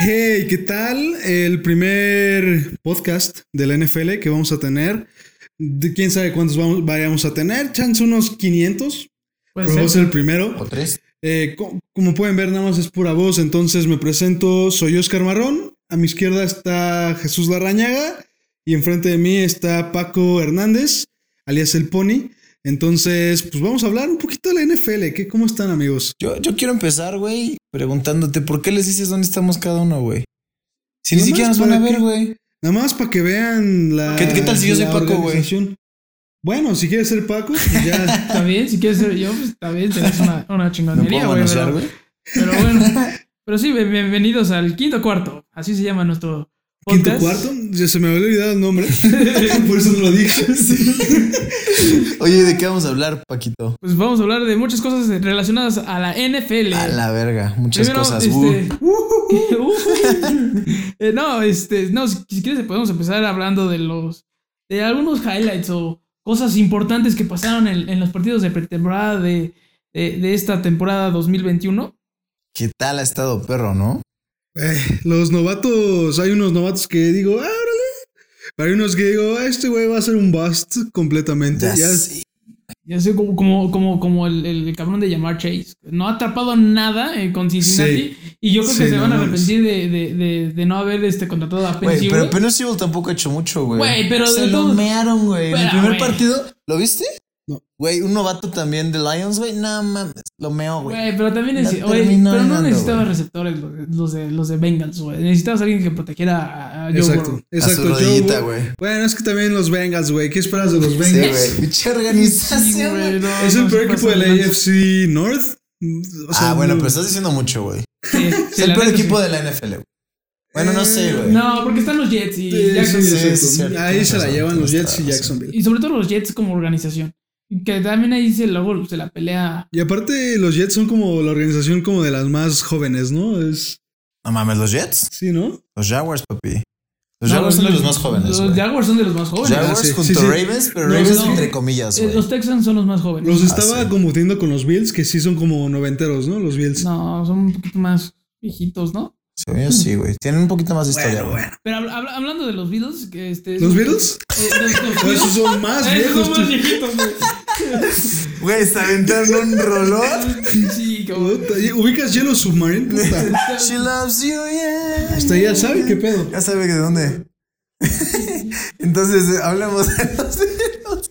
Hey, ¿qué tal? El primer podcast de la NFL que vamos a tener. De quién sabe cuántos vamos, vayamos a tener. Chance unos 500. Puede Pero ser. vos el primero. O tres. Eh, co- como pueden ver, nada más es pura voz. Entonces me presento, soy Oscar Marrón. A mi izquierda está Jesús Larrañaga. Y enfrente de mí está Paco Hernández, alias el Pony. Entonces, pues vamos a hablar un poquito de la NFL. ¿Qué, ¿Cómo están, amigos? Yo, yo quiero empezar, güey, preguntándote por qué les dices dónde estamos cada uno, güey. Si ni Nomás siquiera nos van a para ver, que- güey. Nada más para que vean la. ¿Qué- qué tal si yo soy la Paco, güey? organización. Bueno, si quieres ser Paco, pues ya. Está bien, si quieres ser yo, pues está bien, tenés una, una No chingonería, puedo güey. manosear, Pero, güey. pero bueno, pero sí, bien- bienvenidos al quinto cuarto. Así se llama nuestro podcast. Quinto cuarto. Ya se me había olvidado el nombre. Por eso no lo dije. Oye, ¿de qué vamos a hablar, Paquito? Pues vamos a hablar de muchas cosas relacionadas a la NFL. A la verga, muchas Primero, cosas. este, uh. Eh, no, este, no, si, si quieres podemos empezar hablando de los, de algunos highlights o cosas importantes que pasaron en, en los partidos de pretemporada de, de, de esta temporada 2021. ¿Qué tal ha estado perro, no? Eh, los novatos, hay unos novatos que digo, ah, órale. Pero hay unos que digo, "Ah, este güey va a ser un bust completamente. Ya Ya sí. Ya sé, como, como, como, como el, el cabrón de llamar Chase. No ha atrapado nada eh, con Cincinnati. Y yo creo Sí, que se no van a mames. arrepentir de, de, de, de no haber este, contratado a Güey, Pensi. pero Penn Sewell tampoco ha hecho mucho, güey. Güey, pero Se de lo todos- mearon, güey. En el Espera, primer güey. partido, ¿lo viste? No. Güey, un novato también de Lions, güey. No mames, lo meó, güey. Güey, pero también La neces- oye, terminó pero no ganando, necesitaba güey. receptores los de, los de, los de Bengals, güey. Necesitabas alguien que protegiera a- a Joe Exacto, Burrow. A su exacto. Joe rodillita, Burrow. güey. Bueno, es que también los Bengals, güey. ¿Qué esperas de los Sí, Bengals? güey. Pinche Sí, organización, güey, güey. no, es el no, peor se equipo pasa de la de lanza. AFC North. Mm, o sea, ah, bueno, no- pero estás diciendo mucho, güey. Sí, sí, Es el la peor neta, equipo sí. Eh, de la NFL, güey. Bueno, no sé, güey. No, porque están los Jets y Sí, sí, Jacksonville. sí, exacto. sí, cierto. Ahí se la llevan los Jets y Tienes razón. Jacksonville. Y sobre todo los Jets como organización. Que también ahí se, luego se la pelea. Y aparte, los Jets son como la organización como de las más jóvenes, ¿no? Es, No mames, los Jets, sí, ¿no? los Jaguars, papi. Los No, Jaguars son de los más jóvenes. Los güey. Jaguars son de los más jóvenes. Jaguars Ah, sí, junto sí, a sí. Ravens, pero No, Ravens no. entre comillas, Eh, güey. Los Texans son los más jóvenes. Los estaba sí. confundiendo con los Bills, que sí son como noventeros, ¿no? Los Bills. No, son un poquito más viejitos, ¿no? Según yo sí, güey. Tienen un poquito más de historia, güey. Pero habla- habla- hablando de los Beatles, que este. ¿Los Beatles? Eh, los- los No, esos Beatles- son más Eh, esos viejos. son tú. más viejitos, güey. Güey, se aventaron un rolón. Sí, como- Puta, ¿y- ¿Ubicas Yellow Submarine? Puta. She loves you, yeah. Hasta ya sabe qué pedo. Ya sabe de dónde. Entonces, eh, hablemos de los,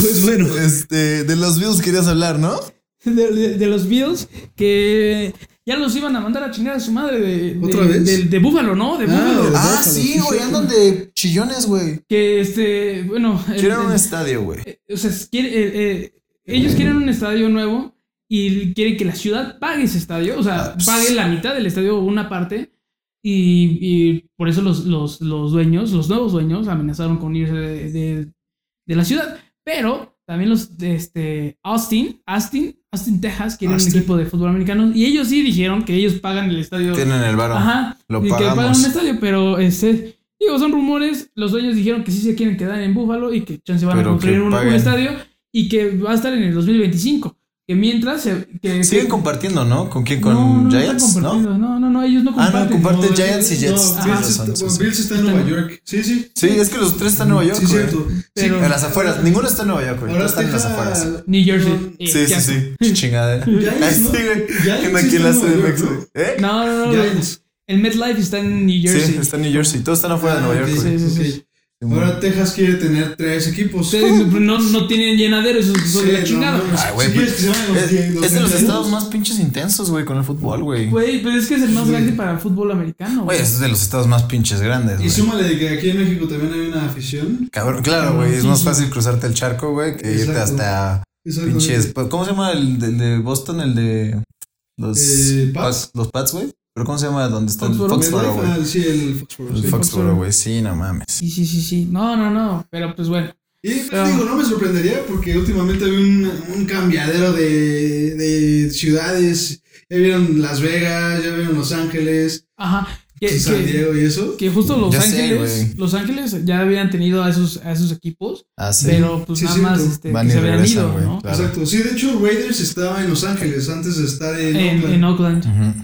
Pues bueno, este, de los Bills querías hablar, ¿no? de, de- de los Bills que ya los iban a mandar a chingar a su madre de, de- ¿Otra vez? de- de Búfalo, ¿no? De Ah, Búfalo. de- Ah, sí, güey. Andan de chillones, güey. Que este, bueno, el- Quieren un el- estadio, güey. eh, o sea, es- quiere- eh, eh, ellos quieren un estadio nuevo y quieren que la ciudad pague ese estadio, o sea, Ah, pues. pague la mitad del estadio o una parte. Y, y por eso los, los, los dueños, los nuevos dueños, amenazaron con irse de, de- de la ciudad. Pero también los de este, Austin, Austin, Austin, Texas, quieren Austin. un equipo de fútbol americano. Y ellos sí dijeron que ellos pagan el estadio. Tienen el varón. Ajá, lo y que pagamos. pagan un estadio, pero este, digo, son rumores. Los dueños dijeron que sí se quieren quedar en Búfalo y que chance van Pero a que construir un, un paguen. estadio y que va a estar en el 2025. Que mientras se. Que, Siguen que- compartiendo, ¿no? ¿Con quién? No, ¿Con no, no están Giants? ¿no? compartiendo, ¿no? no, no, ellos no Ah, comparten. no, comparte no, Giants y ellos- Jets. no, Ajá. Bills, Tienes razón, está, sí, sí. Bills está en Nueva York. Sí, sí. Sí, es que los tres están en Nueva York, Sí, güey. cierto. Pero- En las afueras, ninguno está en Nueva York, güey. Ahora Todos están en las Texas- afueras. New Jersey. eh, Sí, sí, Giants. sí. Chingadera. Giants, Ah, sí, ¿no? güey. Giants Viendo sí aquí está la en Nueva CDMX, York, güey. ¿Eh? No, no, no. Giants. El MetLife está en New Jersey. Sí, está en New Jersey. Todos están afuera de Nueva York, Ah, ok, güey. Sí, sí, ok. sí. Ahora Texas quiere tener tres equipos. Ustedes no, no tienen llenadero, eso es Sí, la no, chingada. no, Ay, güey, si quieres que se vayan los Es, diez, los es de los veinte. estados más pinches intensos, güey, con el fútbol, güey. Güey, pero es que es el más grande para el fútbol americano. Güey, es de los estados más pinches Y grandes, güey. súmale de que aquí en México también hay una afición. Cabrón, claro, güey. Es Sí, más sí. fácil cruzarte el charco, güey, que irte Exacto. hasta Exactamente. pinches. pues, ¿Cómo se llama el de, el de Boston? El de los Eh, Pats, los Pats, güey. Pero ¿cómo se llama? ¿Dónde está el Foxborough. Foxborough, MetLife, güey? Pues, ah, sí, el Foxborough, El sí. Foxborough, güey. Sí, no mames. Sí, sí, sí, sí. No, no, no. Pero pues bueno. Y pues, Pero- digo, no me sorprendería porque últimamente había un, un cambiadero de, de ciudades. Ya vieron Las Vegas, ya vieron Los Ángeles. Ajá. Que, Sí, San que- Diego y eso. que justo Los Ya sé, Ángeles, güey. Los Ángeles ya habían tenido a esos, a esos equipos, Ah, sí. pero pues Sí, nada cierto. más este, Van que y se habían regresan, ido, güey, ¿no? claro. Exacto. Sí, de hecho, Raiders estaba en Los Ángeles antes de estar en, En, Oakland. en Oakland. Ujú.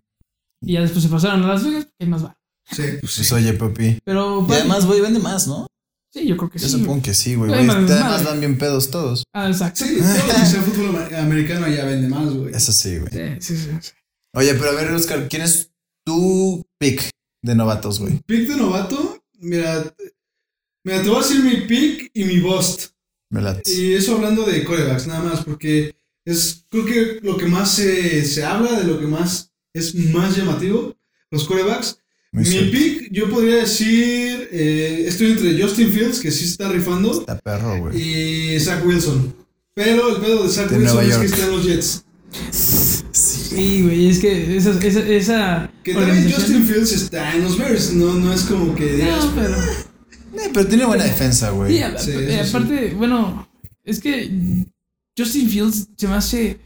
Y ya después se pasaron a Las Vegas, que más va. Sí, pues sí. Pues oye, papi. Pero Y pues, además, güey, vende más, ¿no? sí, yo creo que Yo sí. supongo que sí, güey. Ay, Güey, madre, Además madre. dan bien pedos todos. Ah, exacto. Sí, todo lo que sea fútbol ama- americano ya vende más, güey. Eso sí, güey. Sí, sí, sí, sí. Oye, pero a ver, Oscar, ¿quién es tu pick de novatos, güey? Pick de novato, mira, mira, te voy a decir mi pick y mi bust. Me late. Y eso hablando de corebacks, nada más, porque es creo que lo que más se, se habla, de lo que más es más llamativo, los corebacks. Muy mi cierto. pick, yo podría decir, eh, estoy entre Justin Fields, que sí está rifando, Está perro, güey. y Zach Wilson. Pero el pedo de Zach De Wilson Nueva es que York. está en los Jets. Sí, güey, es que esa. esa, esa Que también organización- Justin Fields está en los Bears, no, no es como que digas, No, pero. Eh, pero tiene buena defensa, güey. Sí, a- Sí, eh, eso sí. aparte, bueno, es que Justin Fields se me hace.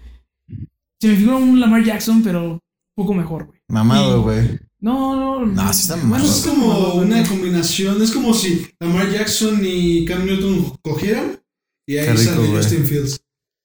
Se me figura un Lamar Jackson, pero un poco mejor, güey. Mamado, güey. No, no. No, sí está Bueno, mamado. Pues es como una combinación, es como si Lamar Jackson y Cam Newton cogieran y Qué ahí rico, sale güey. Justin Fields.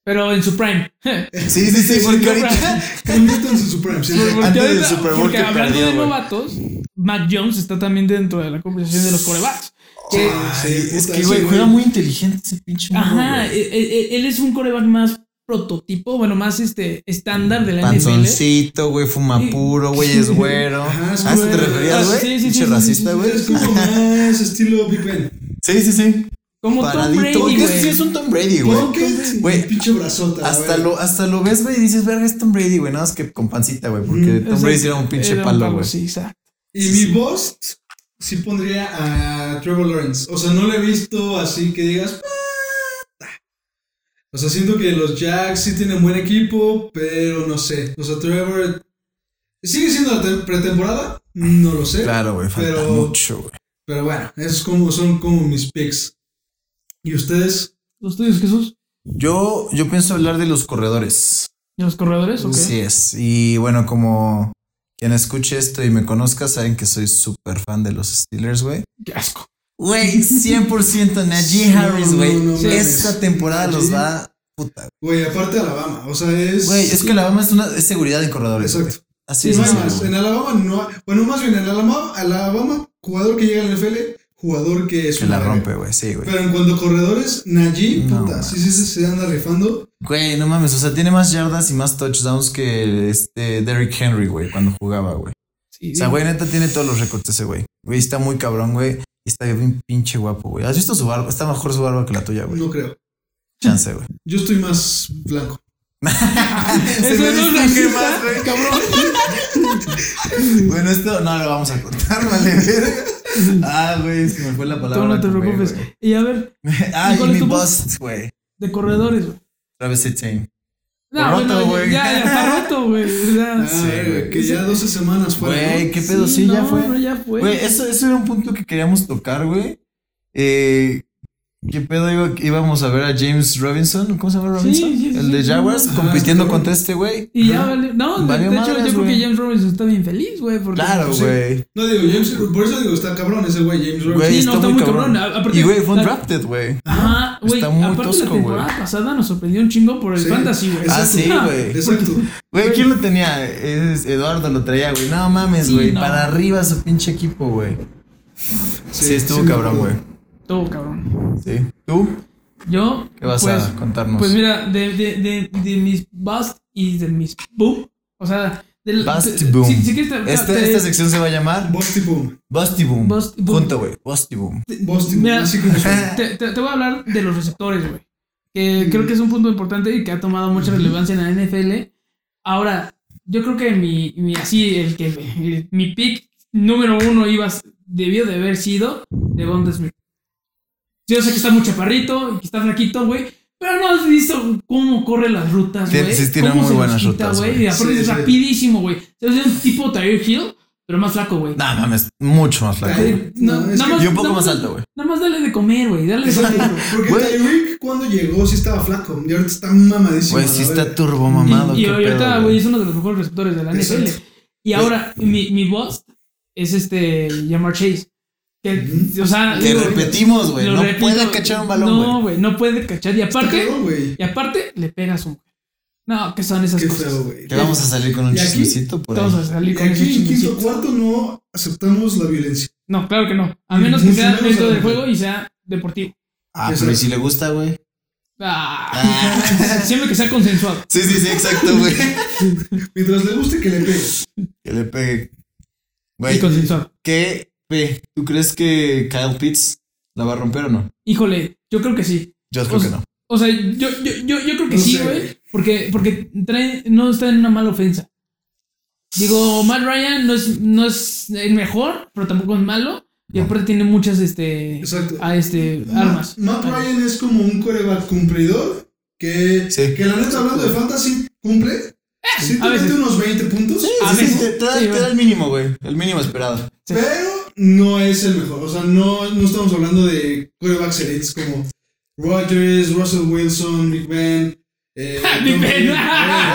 Pero en su prime. Porque Sí, sí, sí, porque ahorita. Cam Newton en su prime, sí, sí. Antes del ahorita- Super Bowl porque que hablando perdió, de güey. novatos, Mac Jones está también dentro de la conversación de los corebacks. Eh, Que- Ah, Sí, Ay, puta, es que, ese güey, güey. juega muy inteligente ese pinche morro, Ajá, güey. e- e- él es un coreback más prototipo, bueno, más este estándar de la NFL. Panzoncito, güey, fuma Y- puro, güey, es güero. Ajá, es ¿A eso te güero. referías, Ah, güey? sí, sí, sí, Pinche sí, sí, racista, sí, güey. Es como más estilo Big Ben. Sí, sí, sí. Como Tom Brady, Paradito. Güey, güey. ese sí es un Tom Brady, güey. Porque Güey, un pinche brazota. Hasta güey. lo, hasta lo ves, güey, y dices, verga, es Tom Brady, güey. Nada más que con pancita, güey, porque O Tom sea, Brady era un pinche era un palo, güey. Sí, exacto. Y mi boss sí pondría a Trevor Lawrence. O sea, no lo he visto así que digas. "Ah". O sea, siento que los Jacks sí tienen buen equipo, pero no sé. O sea, Trevor. ¿Sigue siendo la tem- pretemporada? No lo sé. Claro, güey, falta Pero- mucho, güey. Pero bueno, esos como, son como mis picks. ¿Y ustedes? ¿Los tuyos, Jesús? Yo, yo pienso hablar de los corredores. ¿Y los corredores? o qué? Así es. Y bueno, como quien escuche esto y me conozca, saben que soy súper fan de los Steelers, güey. Qué asco. Güey, 100% Najee No, Harris, no, güey. no mames. Esta temporada los va. Puta. Güey, aparte Alabama. O sea, es. Güey, es que Alabama es una es seguridad en corredores. güey. Exacto. Así es. no hay así, más. güey. En Alabama no hay- Bueno, más bien, en Alabama, Alabama, jugador que llega al NFL, jugador que es Que una la verga. rompe, güey. Sí, güey. Pero en cuanto a corredores, Najee, Pues. No, puta, man. sí, sí, sí, se anda rifando. Güey, no mames. O sea, tiene más yardas y más touchdowns que este Derrick Henry, güey, cuando jugaba, güey. Sí, O sea, güey, neta tiene todos los récords ese güey. Güey, está muy cabrón, güey. Y está bien pinche guapo, güey. ¿Has visto su barba? Está mejor su barba que la tuya, güey. No creo. Chance, güey. Yo estoy más blanco. Se Eso no me es distingue racista. más, güey, cabrón. bueno, esto no lo vamos a cortar, vale, verga. Ah, güey, se me fue la palabra. Tú no te güey, preocupes. güey. Y a ver, Ah, ¿Y y cuál es mi tu bust, güey. de corredores, güey. Travis Etienne. No, Roto, bueno, ya- güey. ya, ya está roto, güey. O sea, Ah, Sí, güey. Que ya 12 semanas fuera. Güey, ¿no? qué pedo, sí, ya no, fue. no, ya fue. Güey, eso, eso era un punto que queríamos tocar, güey. Eh, ¿Qué pedo iba- íbamos a ver a James Robinson? ¿Cómo se llama Robinson? sí, sí, el de sí. Jaguars Ajá, compitiendo sí. contra este güey. y ya Ajá. vale. No, de- Valió de, hecho, madres, yo creo güey. que James Robinson está bien feliz, güey. porque- Claro, Sí. güey. No digo, James, por eso digo, está cabrón ese güey, James Robinson. Güey, Sí, no, está muy cabrón. A- aparte- y güey, fue un la- Ah, drafted, güey. Ajá, güey. Ah, Está muy Aparte, la tosco, temporada güey. pasada nos sorprendió un chingo por el Sí. fantasy, güey. Ah, Exacto. sí, güey. Exacto. Güey, ¿quién lo tenía? Es- Eduardo lo traía, güey. No mames, Sí, güey. no. Para arriba su pinche equipo, güey. Sí, estuvo me cabrón, güey. acuerdo. Todo cabrón. Sí. ¿Tú? Yo. ¿Qué vas pues, a contarnos? Pues mira, de, de, de, de mis bust y de mis boom. O sea, del. Bust de- Boom. Sí, sí que te- Este- te- esta sección se va a llamar Busty Boom. Busty Boom. Busty Boom. Junto, güey. Busty Boom. Busty Boom. Mira. Así como suena. te, te- te voy a hablar de los receptores, güey. Que creo que es un punto importante y que ha tomado mucha relevancia en la NFL. Ahora, yo creo que mi, mi así, el que el- mi pick número uno iba, a s- debió de haber sido de Bond Smith. Yo sé que está muy chaparrito y que está flaquito, güey. Pero no has visto cómo corre las rutas, Sí, güey. sí, tiene Cómo muy se las buenas quita, rutas, güey. Y aparte Sí, es sí. rapidísimo, güey. Se hace un tipo Tyreek Hill, pero más flaco, güey. No mames, mucho más flaco. güey. Ay, no, es que- Yo un poco más alto, güey. Nada más dale de comer, güey. Dale de comer. Exacto. Porque Güey. Tyreek cuando llegó sí estaba flaco. Y ahorita está mamadísimo. Güey, a la sí está verga. turbo mamado. Y, y qué ahorita, pedo, Eh. güey, es uno de los mejores receptores de la NFL. Exacto. Y ahora, mi, mi boss es este Yamar Chase. Que, o sea, Que digo, repetimos, güey. lo No repito, puede cachar un balón, güey. No, güey, no puede cachar. Y aparte, Cabrón, güey. y aparte le pegas a un güey. No, ¿qué son esas Qué cosas? feo, güey. que vamos a salir con un ¿Y aquí? chismecito por Vamos a ahí. Y salir con esos aquí en quinto chismecitos. cuarto no aceptamos la violencia. No, claro que no. A Y menos que mucho sea menos dentro a- del juego y sea deportivo. Ah, Exacto. pero ¿y si le gusta, güey? Ah, Ah. Siempre que sea consensuado. Sí, sí, sí, exacto, güey. Mientras le guste que le pegue. que le pegue. Y Güey, consensuado. ¿qué? Pe, pues, ¿Tú crees que Kyle Pitts la va a romper o no? Híjole, yo creo que sí. Yo creo O que sea, no. O sea, yo, yo, yo, yo creo que No sí, sé, güey. güey. Porque, porque trae- no está en una mala ofensa. Digo, Matt Ryan no es, no es el mejor, pero tampoco es malo. Y No. aparte tiene muchas este, Exacto. a, este Ma- armas. Matt Ryan es como un coreback cumplidor que, Sí. que la neta hablando de fantasy cumple. Sí, Eh, a te mete veces. unos 20 puntos, a Sí, sí, veces. te, te da, Sí, te da güey. el mínimo, güey. El mínimo esperado. Sí. pero no es el mejor. O sea, no, no estamos hablando de corebacks elites como Rodgers, Russell Wilson, Big Ben. eh, Big Tom Ben. Brady. Güey,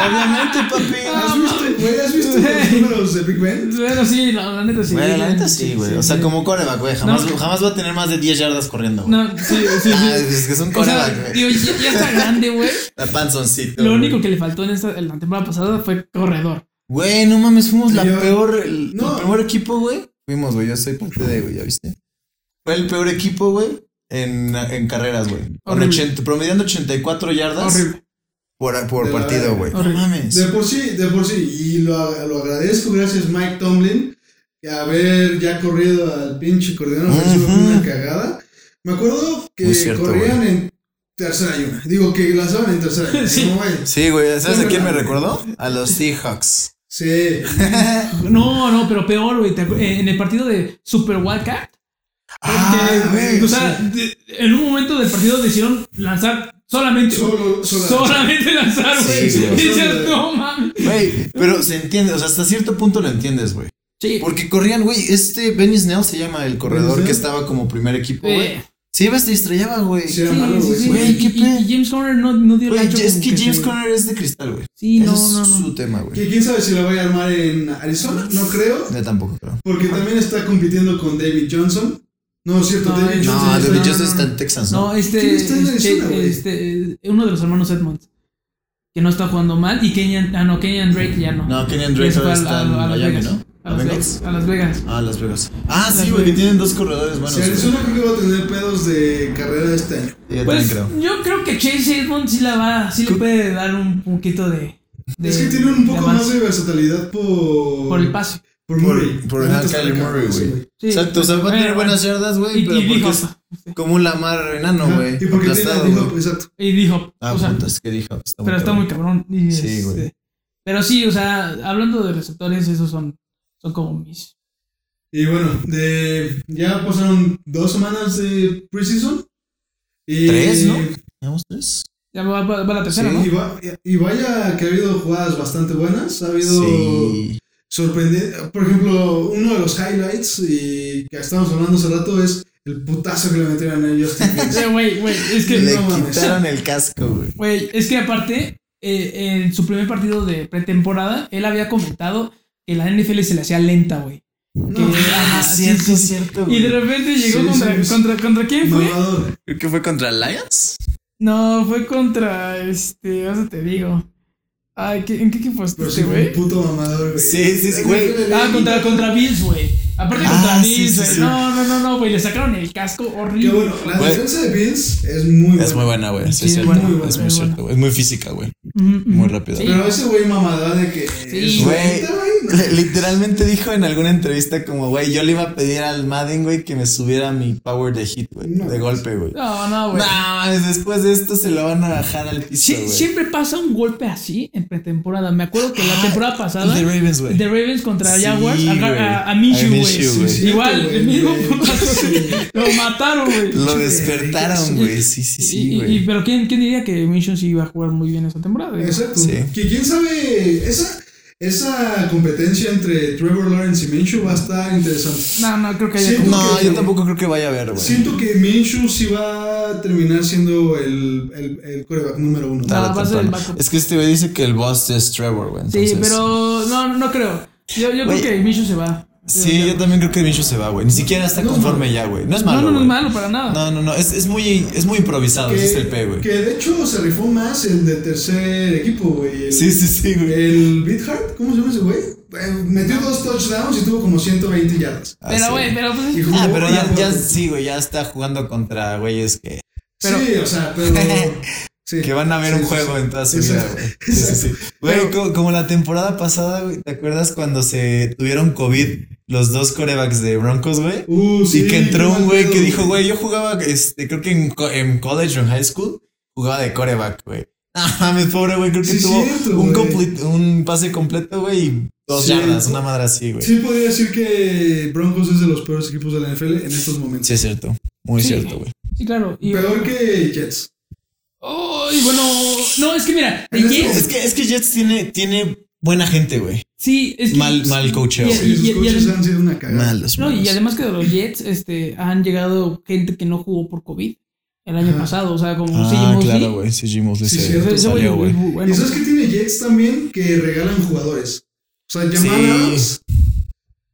Ah. Obviamente, ¿Has papi. visto, güey, ¿has visto los números de Big Ben? Bueno, sí, la, la neta sí. Güey, la neta sí, güey. O sea, como coreback, güey. Jamás, No. jamás va a tener más de 10 yardas corriendo, güey. No, sí, sí, Ah, sí. es que es un O sea, coreback, güey. digo, ya, ya está grande, güey. La panzoncito. Lo güey. único que le faltó en, esta, en la temporada pasada fue corredor. Güey, no mames, fuimos la Yo- peor. El, No. el peor equipo, güey. Fuimos, güey. Yo soy parte de, güey, ya viste. Fue el peor equipo, güey. En, en carreras, güey. Con Horrible. 80 Promediando 84 yardas Horrible. por, por De la- partido, güey. No horrible. mames. De por sí, de por sí. Y lo, lo agradezco, gracias Mike Tomlin, que haber ya corrido al pinche coordinador ofensivo fue Ujú. una cagada. Me acuerdo que Muy cierto, corrían en tercera y una. Digo, que lanzaban en tercera y una. Sí. No, güey. Sí, güey. ¿Sabes Fue a quién me verdad. recordó? A los Seahawks. Sí. No, no, pero peor, güey. ¿Te acu- En el partido de Super Wildcat. Ah, güey. o sea, de- en un momento del partido decidieron lanzar solamente. Solo, sola. solamente lanzar, Sí, güey. sí, Y sí. dices, no mames. Güey, pero se entiende. O sea, hasta cierto punto lo entiendes, güey. Sí. eh, Porque corrían, güey. Este Benny Snell se llama el corredor Snell. que estaba como primer equipo, güey. Eh, Se iba, se estrellaba, güey. Sí, era sí, malo, sí, güey. sí. Güey, Y- qué y- pedo. y James Conner no, no dio el Güey, ancho es como que James se- Conner es de cristal, güey. Sí, no, Ese es no, su no. tema, güey. Que quién sabe si la vaya a armar en Arizona, no creo. Yo tampoco creo. Porque también está compitiendo con David Johnson. No, es cierto, No, David es- Johnson. No, está- David no, Johnson no, está no. en Texas, ¿no? No, este, ¿Quién está en este, Arizona, güey? este, uno de los hermanos Edmonds que no está jugando mal y Kenyan, ah no, Kenyan Drake ya no. No, Kenyan Ya Drake se fue ahora a- está a- en a Las Miami, Vegas. ¿no? A Las Vegas. A Las Vegas. Ah, Las Vegas. Ah, Las sí, güey, que Vegas. tienen dos corredores buenos. Si güey. Sí, Arizona creo que va a tener pedos de carrera este año. yo también Pues creo. yo creo que Chase Edmond sí la va, sí le puede dar un poquito de. de- es que tienen un poco de más avance de versatilidad por. por el pase. Por Murray. Por, por La neta ah, está Kyler de Murray, cabeza, güey. güey. Sí. Exacto, o sea, va a tener Pero buenas yardas, Y, güey, y pero dijo, porque es como un Lamar enano, Ajá, güey. Y porque tiene Aplastado, el hip hop, güey. exacto. y dijo, Ah, o sea, putas, que dijo. pero está muy cabrón. y Sí, este, güey. pero sí, o sea, hablando de receptores, esos son, son como mis. Y bueno, de, ya pasaron dos semanas de preseason. Y, Tres, ¿no? ¿Llevamos tres? Ya va, va- va la tercera, Sí. ¿no? Y, va- y vaya que ha habido jugadas bastante buenas. Ha habido Sí. sorprendente. Por ejemplo, uno de los highlights y que estábamos hablando hace rato es el putazo que le metieron a Justin Fields. Eh, Güey, güey, es que. Le no mames. quitaron el casco, güey. Güey, es que aparte, eh, en su primer partido de pretemporada, él había comentado que la NFL se le hacía lenta, güey. Que, No, ajá, sí, sí, sí. cierto, Y de repente llegó Sí, contra, sí, sí. contra. ¿Contra quién fue? mamador. Creo que fue contra Lions. No, fue contra este. Ahora te digo. Ay, ¿qué- ¿en qué equipo Pero estuviste, sí, güey? un puto mamador, güey. Sí, sí, sí, güey. Ah, contra, contra Bills, güey. Aparte Ah, contra sí, Bills, sí, güey. sí. No, no, no, no, güey. Le sacaron el casco Que horrible. bueno, la Güey. defensa de Bills es muy buena. Pues Es muy buena, güey. Sí, Sí, es es cierto. buena, es muy muy cierto, güey. Es muy física, güey. Ujú, ujú. Muy rápido. Sí. Pero ese güey mamador de que. Sí, es Güey, lenta, güey, no. li- literalmente dijo en alguna entrevista como, güey, yo le iba a pedir al Madden, güey, que me subiera mi power de hit, güey, No. de golpe, güey. No, no, No, Ah, güey. mames, después de esto se lo van a bajar al piso, Sie- güey. siempre pasa un golpe así en pretemporada. Me acuerdo que la Ah, temporada pasada. El de Ravens, güey. The Ravens contra Sí, Jaguars a, güey. a, a A Minshew, güey. Minshew, güey. Sí, Igual, güey, el mismo güey. putazo. Sí. Lo mataron, güey. Lo despertaron, güey. Sí, sí, Y- sí, y- y- güey. pero ¿quién, quién diría que Minshew sí iba a jugar muy bien esta temporada? güey? Exacto. Sí. Que quién sabe. Esa, esa competencia entre Trevor Lawrence y Minshew va a estar interesante. No, no, creo que haya Sí, como- No, que- yo tampoco creo que vaya a haber, güey. Siento que Minshew sí va a terminar siendo el, el, el coreback número uno. No. Tarde o va a ser el temprano. backup. Es que este güey dice que el boss es Trevor, güey. Sí, entonces- pero no, no creo. Yo, yo Güey. creo que Minshew se va. Sí, yo también creo que Micho se va, güey. Ni siquiera está No es conforme ya, güey. No es malo. no, no, no güey. es malo para nada. No, no, no. Es, es muy, es muy Ah, improvisado. Ese es el P, güey. Que de hecho se rifó más el de tercer equipo, güey. El- Sí, sí, sí, güey. El Beathard, ¿cómo se llama ese güey? Eh, metió dos touchdowns y tuvo como 120 yardas. Ah, pero, sí. güey, pero pues. Y jugó Ah, pero ya, una- ya sí, güey. Ya está jugando contra güeyes que, pero- sí, o sea, pero. sí. que van a ver Sí, sí, un juego sí. en toda su vida, Exacto. güey. Sí, sí, sí. Güey, co- como la temporada pasada, güey. ¿Te acuerdas cuando se tuvieron COVID los dos corebacks de Broncos, güey? Uh, sí, y que entró qué mal un güey que pedo, dijo, güey, yo jugaba, este, creo que en, co- en college o en high school, jugaba de coreback, güey. Ah, mames, pobre, güey, creo que Sí, tuvo cierto, un, güey. complete- un pase completo, güey, y dos Sí. yardas, una madre así, güey. Sí. Sí, podría decir que Broncos es de los peores equipos de la NFL en estos momentos. es cierto, muy Sí. cierto, güey. Sí, claro. Y, Peor que Jets. Oh, y bueno, no, es que mira, de Es- Jets, Sí. Es que, es que Jets tiene, tiene buena gente, güey. sí, es que- Mal, mal coacheo. Y- Sí, güey. sus y- coaches y- han sido una cagada. Malos, No, y malos. además que de los Jets, este, han llegado gente que no jugó por COVID el año Ajá. pasado, o sea, como Ah, CJ Mosley. claro, güey, CJ Mosley Sí, se- sí, Ese- ese güey salió, es güey. muy bueno. ¿Y sabes que tiene Jets también? Que regalan jugadores. O sea, Jamal Sí. Adams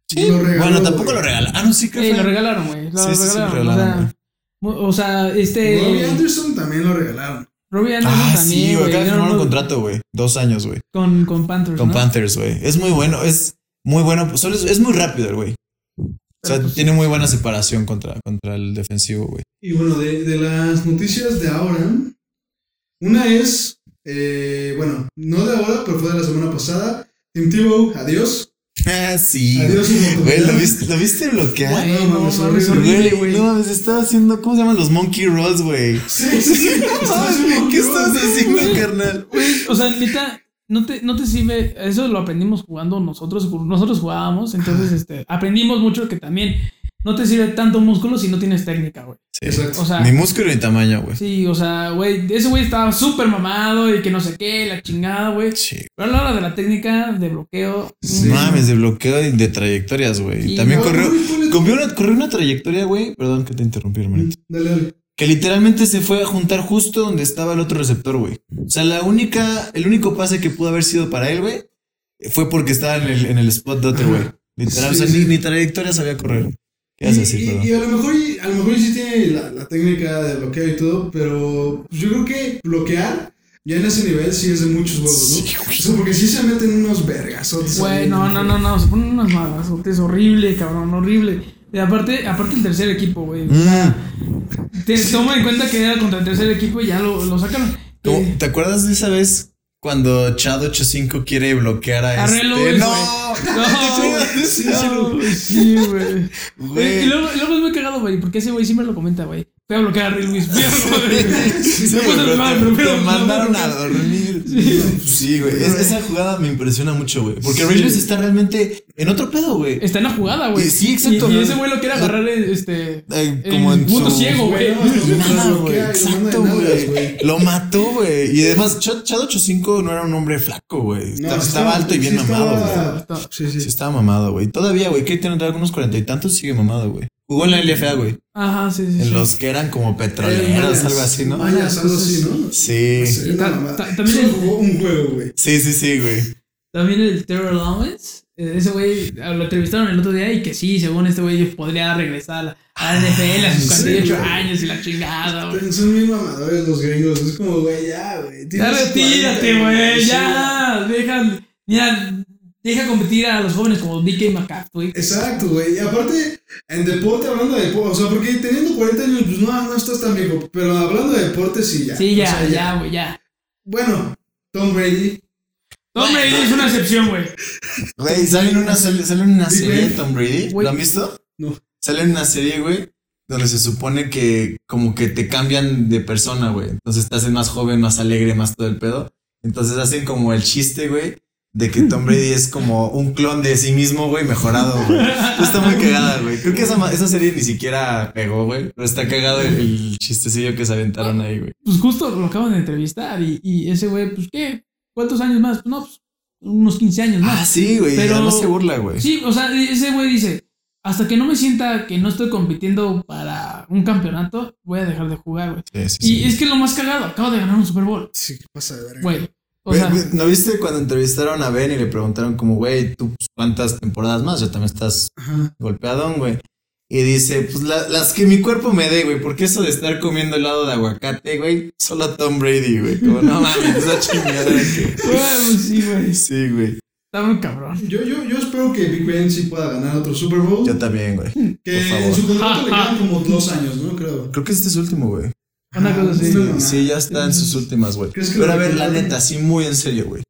Sí, lo regaló, Bueno, tampoco güey. lo regala. Ah, no, sí que Eh, fue- lo regalaron, güey. Lo Sí, sí, sí, regalaron. lo regalaron, o, sea, mu- o sea, este. Robbie Anderson también lo regalaron. Robbie Anderson Ah, también. sí, güey, acaba de dieron firmar un unos- contrato, güey. Dos años, güey. Con, con Panthers. Con ¿no? Panthers, güey. Es muy bueno, es muy bueno. pues, Solo es, es muy rápido el güey. O sea, Pero, pues, tiene muy buena separación contra, contra el defensivo, güey. Y bueno, de, de las noticias de ahora, una es, eh, bueno, no de ahora, pero fue de la semana pasada. Tim Tebow, adiós. Ah, sí. Adiós, oportunidad. Güey, ¿lo viste, lo viste bloquear? Güey, No, no, mames, mames, horrible, horrible, Güey, no mames, estaba haciendo. ¿Cómo se llaman los Monkey Rolls, güey? Sí, sí, sí. ¿Qué estás haciendo, Güey. carnal? Güey, O sea, neta, no te, no te sirve. Eso lo aprendimos jugando nosotros. Nosotros jugábamos, entonces este, aprendimos mucho que también no te sirve tanto músculo si no tienes técnica, güey. Sí. Exacto. O sea, Ni músculo ni tamaño, güey. sí, o sea, güey, ese güey estaba súper mamado y que no sé qué, la chingada, güey. Sí. Pero a la hora de la técnica, de bloqueo. Sí. mm, Mames, de bloqueo y de trayectorias, güey. Sí, También No, corrió, güey, ponle- corrió una, corrió una trayectoria, güey. Perdón que te interrumpí, hermanito. Dale, dale. Que literalmente se fue a juntar justo donde estaba el otro receptor, güey. O sea, la única, el único pase que pudo haber sido para él, güey, fue porque estaba en el, en el spot de otro, Ajá. güey. Literal, Sí, o sea, ni, sí. ni trayectoria sabía correr. ¿Qué vas a Y, decir, y- perdón? y a lo mejor, y- a lo mejor sí tiene la, la técnica de bloqueo y todo, pero pues yo creo que bloquear ya en ese nivel sí es de muchos huevos, ¿no? Sí, güey. O sea, porque sí se meten unos vergazotes. Güey, ahí. no, no, no, no, se ponen unas malas, es horrible, cabrón, horrible. Y aparte, aparte el tercer equipo, güey. Ah, Mm. Te toma en cuenta que era contra el tercer equipo y ya lo, lo sacaron. ¿Cómo- Eh, ¿Te acuerdas de esa vez cuando Chad 85 quiere bloquear a, A este? Ray Lewis, no, No, Sí, no, sí, güey. güey. Y luego, luego es muy cagado, güey, porque ese güey siempre lo comenta, güey. Voy a bloquear a Ray Luis. Voy a bloquear. Sí, No güey, puedo pero hablar, te- pero- te pero- mandaron a pero- dormir. Sí. Sí, güey. es- esa jugada me impresiona mucho, güey. Porque Ray Sí. Lewis está realmente en otro pedo, güey. Está en la jugada, güey. Y sí, exacto. Y, y ese güey lo quiere agarrar, eh, este. Eh, El como en mundo su- ciego, güey. Güey, no, hasta mientras Nada, güey. bloquea y lo manda Exacto, de nalgas, güey. Lo mató, güey. Y además, Chad, Chad 85 no era un hombre flaco, güey. No, estaba, sí estaba estaba- alto y bien sí mamado, güey. estaba- está- Sí, Sí, sí. estaba mamado, güey. Todavía, güey, que tiene algunos cuarenta y tantos, sigue mamado, güey. Jugó en la LFA, güey. Ajá, sí, sí. sí. En los que eran como petroleros, Mayas, algo así, ¿no? Mayas, algo así, ¿no? Sí. Sí, Ta- nada más. ta- también- Solo jugó un juego, güey. Sí, sí, sí, güey. También el Terror Lawrence. eh, Ese güey ah, lo entrevistaron el otro día y que sí, según este güey, podría regresar a la- a Ah, la NFL a sus sí, 48 güey. años y la chingada, güey. Pero Son bien mamadores los gringos. Es como, güey, ya, güey. Ya tienes retírate, 40, güey, sí. ya. Deja, mira, deja competir a los jóvenes como DK McCaff, güey. Eh, Exacto, güey. Y aparte, en deporte, hablando de deporte, o sea, porque teniendo 40 años, pues no, no estás tan viejo. Pero hablando de deporte, sí, ya. Sí, O ya, sea, ya, güey, ya. Bueno, Tom Brady. Tom Brady es una excepción, güey. Güey, sale en una, sale, sale en una Sí, serie güey. Tom Brady. Güey. ¿Lo han visto? No. Sale en una serie, güey, donde se supone que como que te cambian de persona, güey. Entonces te hacen más joven, más alegre, más todo el pedo. Entonces hacen como el chiste, güey, de que Tom Brady es como un clon de sí mismo, güey, mejorado, güey. Está muy cagada, güey. Creo que esa, ma- esa serie ni siquiera pegó, güey. Pero está cagado el, el chistecillo que se aventaron ahí, güey. Pues justo lo acaban de entrevistar y, y ese güey, pues, ¿qué? ¿Cuántos años más? Pues no, pues, unos 15 años más. Ah, sí, güey. Pero- Además se burla, güey. Sí, o sea, e-, ese güey dice, hasta que no me sienta que no estoy compitiendo para un campeonato, voy a dejar de jugar, güey. Sí, sí, Y sí. es que es lo más cagado, acabo de ganar un Super Bowl, Sí, ¿qué pasa de verga? güey. O Güey, sea, güey, ¿No viste cuando entrevistaron a Ben y le preguntaron como, güey, ¿tú pues, cuántas temporadas más? Ya también estás Ajá. golpeadón, güey. Y dice, pues la- las que mi cuerpo me dé, güey, porque eso de estar comiendo helado de aguacate, güey, solo Tom Brady, güey. Como, no mames, esa chingada. güey". güey, pues sí, güey. Sí, güey. Está muy cabrón. Yo, yo, yo espero que Big Ben sí pueda ganar otro Super Bowl. Yo también, güey. que por favor. en su contrato le quedan como dos años, ¿no? Creo. Creo que este es el último, güey. Una Ajá, cosa así. es una mamada. Sí, ya está en sus últimas, güey. ¿Crees que Pero lo a ver, la recuerden? neta, sí, muy en serio, güey.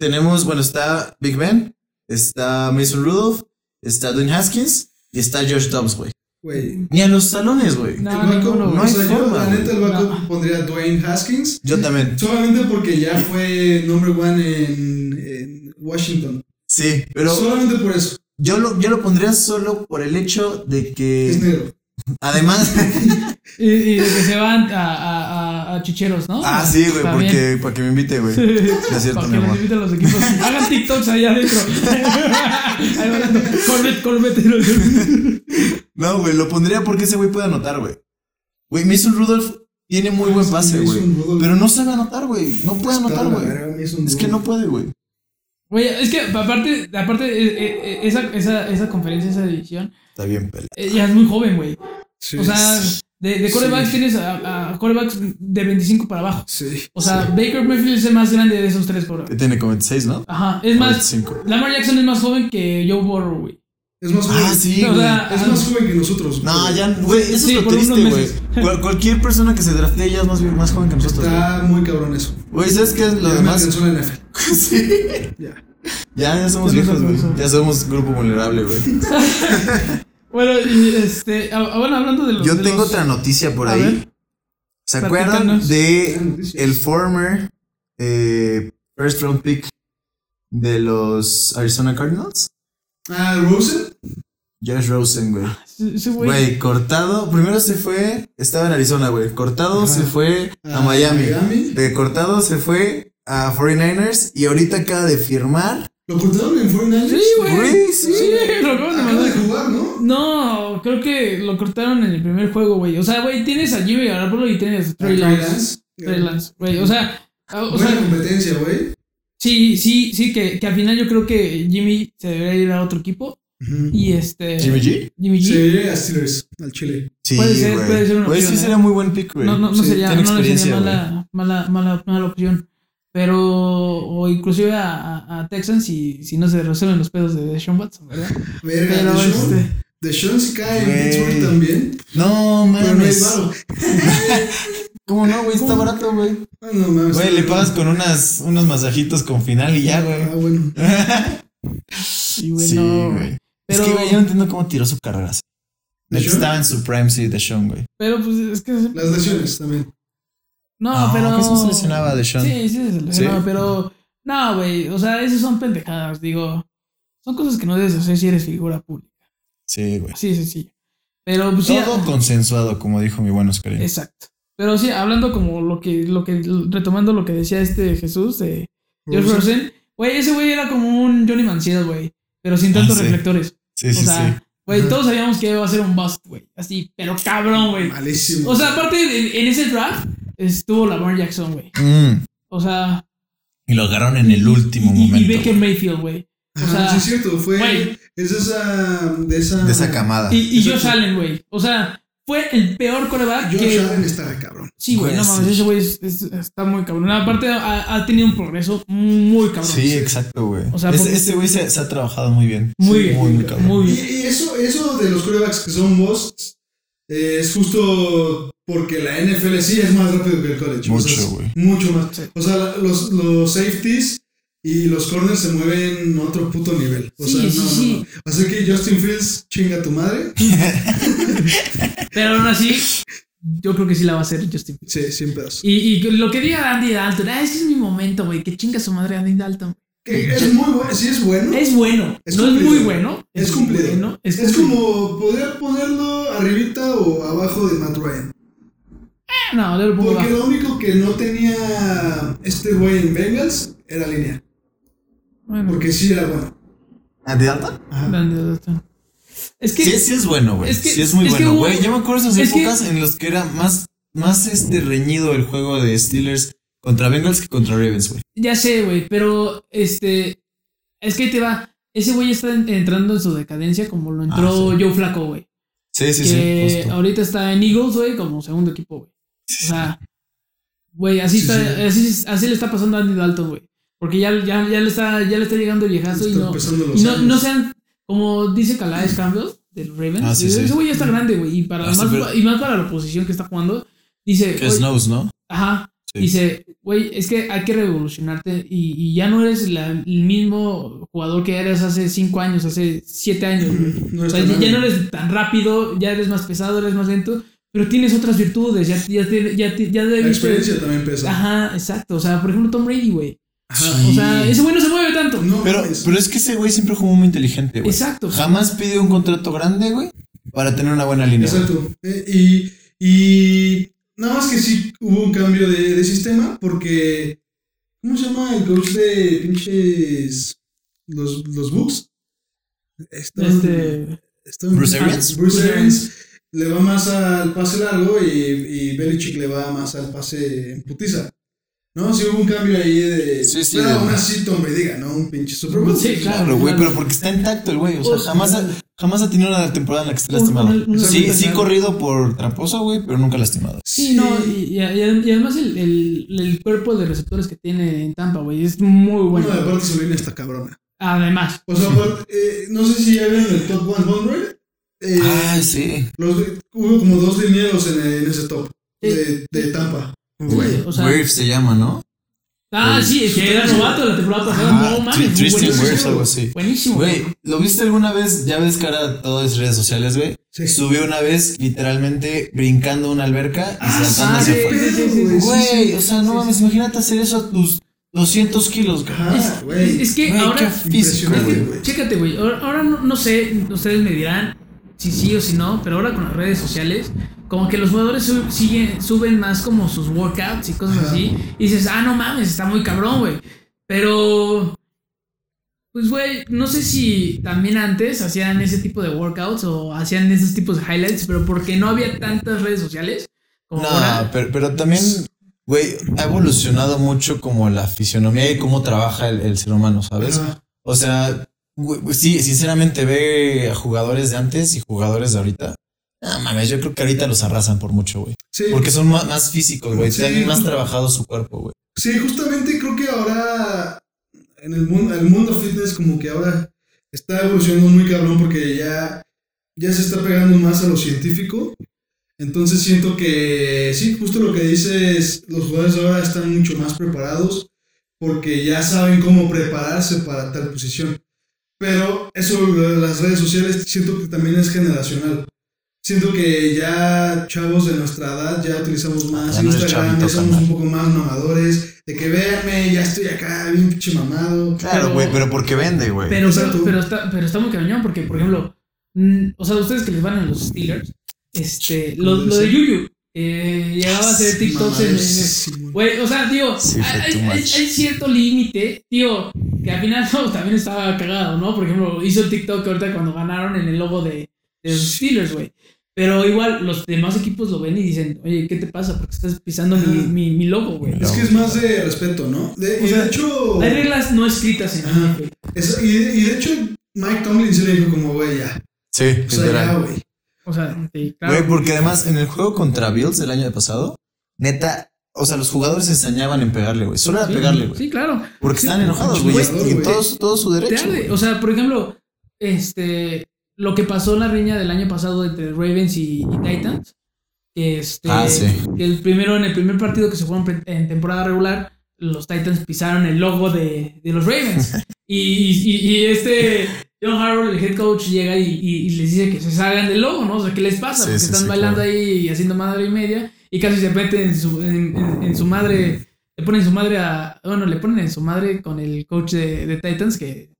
Tenemos, bueno, está Big Ben, está Mason Rudolph, está Dwayne Haskins y está Josh Dobbs, güey. Güey. Ni a los talones, güey. No, el backup, ninguno, no güey. hay No hay forma. forma, La neta, el güey. backup No. pondría a Dwayne Haskins. Yo también. Solamente porque ya fue number one en, en Washington. Sí, pero Solamente por eso. yo lo, yo lo pondría solo por el hecho de Es que, negro. además, Y, y de que se van a, a, a, a chicheros, ¿no? ah, sí, güey, Está bien. porque, para que me invite, güey. No es cierto, Para mi que les amor. inviten los equipos. Hagan TikToks allá adentro. Ahí bailando. Cornet, cornet. No, güey, lo pondría porque ese güey puede anotar, güey. Güey, Mason Rudolph tiene muy buen pase, Ah, Mason güey. Rudolph. Pero no sabe anotar, güey. No puede Está anotar, la güey. verga, Mason Es que no Rudolph. puede, güey. Oye, es que aparte, aparte eh, eh, eh, esa, esa, esa conferencia, esa división, Está bien, pele. eh, ya es muy joven, güey. Sí. O sea, de, de quarterbacks tienes a, a quarterbacks de 25 para abajo. Sí. O sea, Baker Mayfield es el más grande de esos tres Que quarterbacks. tiene como 26, ¿no? Ajá, es más, 25. Lamar Jackson es más joven que Joe Burrow, güey. Es más joven. Ah, sí, O güey. sea, Es más joven que nosotros. No, güey. ya, güey, eso Sí, es lo por unos triste, güey. meses. Cual- cualquier persona que se draftee ya es más, bien- más joven que nosotros, güey. Está muy cabrón eso. Güey, ¿sabes qué es lo ya me demás? alcanzó la NFL. sí. Ya. Ya, ya somos Ya no viejos, somos güey. eso. Ya somos grupo vulnerable, güey. Bueno, y este, ah, bueno, hablando de los. Yo de tengo los- otra noticia por A ahí. ver. ¿Se acuerdan Platícanos. de Noticias. Eh, el former eh, first round pick de los Arizona Cardinals? Ah, Rosen. Josh Rosen, güey. Ese Ah, güey. Güey, cortado. Primero se fue. Estaba en Arizona, güey. Cortado Ajá. se fue Ah, a Ah, Miami. De cortado se fue a 49ers. Y ahorita acaba de firmar. ¿Lo cortaron en 49ers? Sí, güey. Güey, Sí, sí. lo acabo de Acaba de mandar. jugar, ¿no? No, creo que lo cortaron en el primer juego, güey. O sea, güey, tienes a Jimmy Garoppolo y tienes a Trey Lance. Trey Lance, güey. O sea, ah, o Buena sea, competencia, güey. sí, sí, sí, que, que al final yo creo que Jimmy se debería ir a otro equipo. Y este. G? Jimmy G. Se iría a Steelers, al Chile. Sí, Puede ser- güey. puede ser una Güey, opción, sí ¿eh? sería muy buen pick, güey. No, no, no Sí, sería, tiene no le sería experiencia, mala, mala, mala, mala opción. Pero, o inclusive a, a, a Texans si, si no se resuelven los pedos de Sean Watson, ¿verdad? Verga, Pero de Sean. este. De Sean se cae Güey. en Pittsburgh también. No, Pero no hay mames. varo. ¿Cómo no, güey? Está barato, güey. Ah, no mames. Güey, le pagas con unas, unos masajitos con final y ya, güey. Ah, bueno. Y güey, Sí, no. güey. Pero, Es que, güey, yo no entiendo cómo tiró su carrera. así. Neta, ¿DeShaun? Estaba en su prime, sí, de Sean, güey. pero pues es que. Las lesiones también. No, pero. que Ah, sí se lesionaba de Sean. Sí, sí se lesionaba, Sí. pero. No, güey. O sea, esas son pendejadas, digo. Son cosas que no debes hacer si eres figura pública. Sí, güey. Así de sencillo. Pero, pues sí. Todo consensuado, como dijo mi buen Oscar. Exacto. Pero sí, hablando como lo que, lo que, retomando lo que decía este Jesús de George Rosen, güey, ese güey era como un Johnny Manziel, güey, pero sin Ah, tantos sí. reflectores. Sí, sí, o sí. sea, güey, Ajá. todos sabíamos que iba a ser un bust, güey, así, pero cabrón, güey. Malísimo. O sea, aparte, de- en ese draft estuvo Lamar Jackson, güey. Mm, O sea, Y lo agarraron en el y- último y- Y momento. Baker Mayfield, güey. Ajá, o sea, sí, es cierto. Fue. güey. Es de esa. De esa. De esa camada. Ah, Y, y Josh Exacto. Allen, güey. O sea, fue el peor coreback Josh que. Allen está de cabrón. Sí, güey, Güey, no mames, sí. ese güey es- es- está muy cabrón. Aparte, ha, ha tenido un progreso muy cabrón. Sí, exacto, güey. O sea, Ese- porque- ese güey se, se ha trabajado muy bien. Muy Sí, bien, Muy, muy güey, cabrón. muy Y, bien. y eso, eso de los corebacks que son boss eh, es justo porque la NFL sí es más rápido que el college. o sea, Mucho, es güey. Mucho más. Sí. O sea, la- los, los safeties y los corners se mueven a otro puto nivel. O Sí, sea, no, sí, no, sí. no. Así que Justin Fields, chinga tu madre. Pero aún así, yo creo que sí la va a hacer Justin. Fields. Sí, sin pedos. Y, y lo que diga Andy Dalton, ah, ese es mi momento, güey, que chinga su madre Andy Dalton. Que es muy bueno, sí es bueno. Es bueno, Es no es cumplido. muy bueno. Es cumplido. bueno, es, es, cumplido. como poder ponerlo arribita o abajo de Matt Ryan. Ah, No, yo lo pongo Porque abajo. lo único que no tenía este güey en Bengals era línea. Bueno, Porque sí era bueno. ¿Ah, ¿De alta? Andy Dalton. Es que, Sí, sí es bueno, güey. Es que- sí es muy es que bueno, hubo- güey. Yo me acuerdo esas es que- épocas en las que era más, más este reñido el juego de Steelers Contra Bengals que contra Ravens, güey. Ya sé, güey, pero este. Es que ahí te va. Ese güey está en- entrando en su decadencia como lo entró Ah, sí. Joe Flaco, güey. Sí, sí, que sí. justo. ahorita está en Eagles, güey, como segundo equipo, güey. O sea, güey, así, Sí, está, sí. así, así le está pasando a Andy Dalton, güey. Porque ya, ya, ya, le está, ya le está llegando el viejazo y Están no, empezando los y no, años. no sean, como dice Calais Campbell del Ravens, Ah, sí, sí. ese güey ya está grande, güey. Y, para, Ah, sí, más, pero- y más para la posición que está jugando, dice, Que "Oye, Snows, ¿no? ajá, Sí. dice, güey, es que hay que revolucionarte y, y ya no eres la- el mismo jugador que eres hace cinco años, hace siete años, güey. No O está sea, ya, mal. ya no eres tan rápido, ya eres más pesado, eres más lento, pero tienes otras virtudes, ya, ya, te- ya, te- ya La debiste- experiencia también pesa. Ajá, exacto. O sea, por ejemplo, Tom Brady, güey. Ajá. O sea, ese güey no se mueve tanto. No, Pero, es- pero es que ese güey siempre jugó muy inteligente, güey. Exacto. Jamás pidió un contrato grande, güey, para tener una buena línea. güey. Exacto. Eh, Y, y nada más que sí hubo un cambio de, de sistema porque... ¿Cómo se llama el coach de pinches... los, los Bucks? Está- Este, está- Bruce Arians. Bruce Arians le va más al pase largo y, y Belichick le va más al pase en putiza. ¿No? Sí hubo un cambio ahí de... Sí, sí, Pero de- aún así Tom Brady ganó un pinche Super Bowl. Sí, Claro, güey, pero porque está intacto el güey. O pues, sea, jamás ha, jamás ha tenido una temporada en la que esté Un- lastimado. un- un- sí, un- sí, corrido por tramposo, güey, pero nunca lastimado. sí, no. Y, y- y además el, el- el cuerpo de receptores que tiene en Tampa, güey, es muy bueno. Bueno, de parte su línea está cabrona. Además. O sea, aparte, eh, no sé si ya vieron el top 100. Eh, Ay, sí. los, hubo como dos linieros en, en ese top de, Eh, de Tampa. Güey, o sea- Wave se llama, ¿no? Ah, sí, es que era novato la temporada pasada. Ah, No Tri- mames. Tristan Wirfs, Buenísimo. algo así. Buenísimo. Güey, ¿lo viste alguna vez? Ya ves que ahora todo es redes sociales, güey. Sí. Subió una vez literalmente brincando una alberca y Ah, saltando sí, hacia sí, afuera. sí, sí, sí, Güey, o sea, no mames, imagínate hacer eso a tus 200 kilos, güey. Ajá, Es, güey. es que Güey, qué ahora. físico, impresionante, güey. güey. Chécate, güey. Ahora, ahora no, no sé, ustedes me dirán si sí o si no, pero ahora con las redes sociales, como que los jugadores su- siguen- suben más como sus workouts y cosas Ajá. así. Y dices, ah, no mames, está muy cabrón, güey. Pero. Pues, güey, no sé si también antes hacían ese tipo de workouts o hacían esos tipos de highlights, pero porque no había tantas redes sociales como No, ahora. pero, pero también, güey, ha evolucionado mucho como la fisionomía y cómo trabaja el, el ser humano, ¿sabes? Ajá. O sea, güey, güey, sí, sinceramente ve a jugadores de antes y jugadores de ahorita. No mames, yo creo que ahorita los arrasan por mucho, güey. Sí, Porque son ma- más, físicos, güey. Sí. Tienen más trabajado su cuerpo, güey. sí, justamente creo que ahora en el mundo, el mundo fitness como que ahora está evolucionando muy cabrón porque ya, ya se está pegando más a lo científico. Entonces siento que sí, justo lo que dices, los jugadores ahora están mucho más preparados porque ya saben cómo prepararse para tal posición. Pero eso lo de las redes sociales siento que también es generacional. Siento que ya chavos de nuestra edad ya utilizamos más Ya no eres Instagram, chavito, ya somos carnal. un poco más mamadores, de que véanme, ya estoy acá, bien pinche mamado. Claro, Pero- güey, pero porque vende, güey. Pero, Exacto. pero, pero está, pero está muy cañón porque, por ejemplo, mm, o sea, ustedes que les van a los Steelers, este, lo, lo de Yuyu, eh, llegaba a hacer TikToks en- en- en- Mamadísimo. Güey, o sea, tío, Sí, fue hay, too hay- much. hay cierto límite, tío, que al final no, también estaba cagado, ¿no? Por ejemplo, hizo el TikTok ahorita cuando ganaron en el logo de, de los Steelers, güey. Pero igual los demás equipos lo ven y dicen, oye, ¿qué te pasa? Porque estás pisando mi, Ajá. mi, mi logo, güey. Es que es más de respeto, ¿no? De, y O sea, de hecho. Hay reglas no escritas en Ajá. el NFL. Eso- y, de, y de hecho, Mike Tomlin se le dijo como, güey, ya. sí, O sea, ya, literal. güey. O sea, sí, claro. Güey, porque además en el juego contra Bills del año pasado, neta, o sea, los jugadores se ensañaban en pegarle, güey. Solo era Sí, pegarle, güey. Sí, claro. Porque Sí, están enojados, güey. güey, Y güey. todo, su- todo su Te derecho. arde. güey. O sea, por ejemplo, este lo que pasó en la riña del año pasado entre Ravens y, y Titans. que Este, Ah, sí. que el primero, en el primer partido que se jugó en pre- en temporada regular, los Titans pisaron el logo de, de los Ravens. y, y- y este John Harbaugh, el head coach, llega y, y- y les dice que se salgan del logo, ¿no? O sea, ¿qué les pasa? Sí, Porque sí, están sí, bailando claro. ahí y haciendo madre y media. Y casi se meten en su, en- en- en su madre. Le ponen su madre a. Bueno, le ponen en su madre con el coach de, de Titans, que,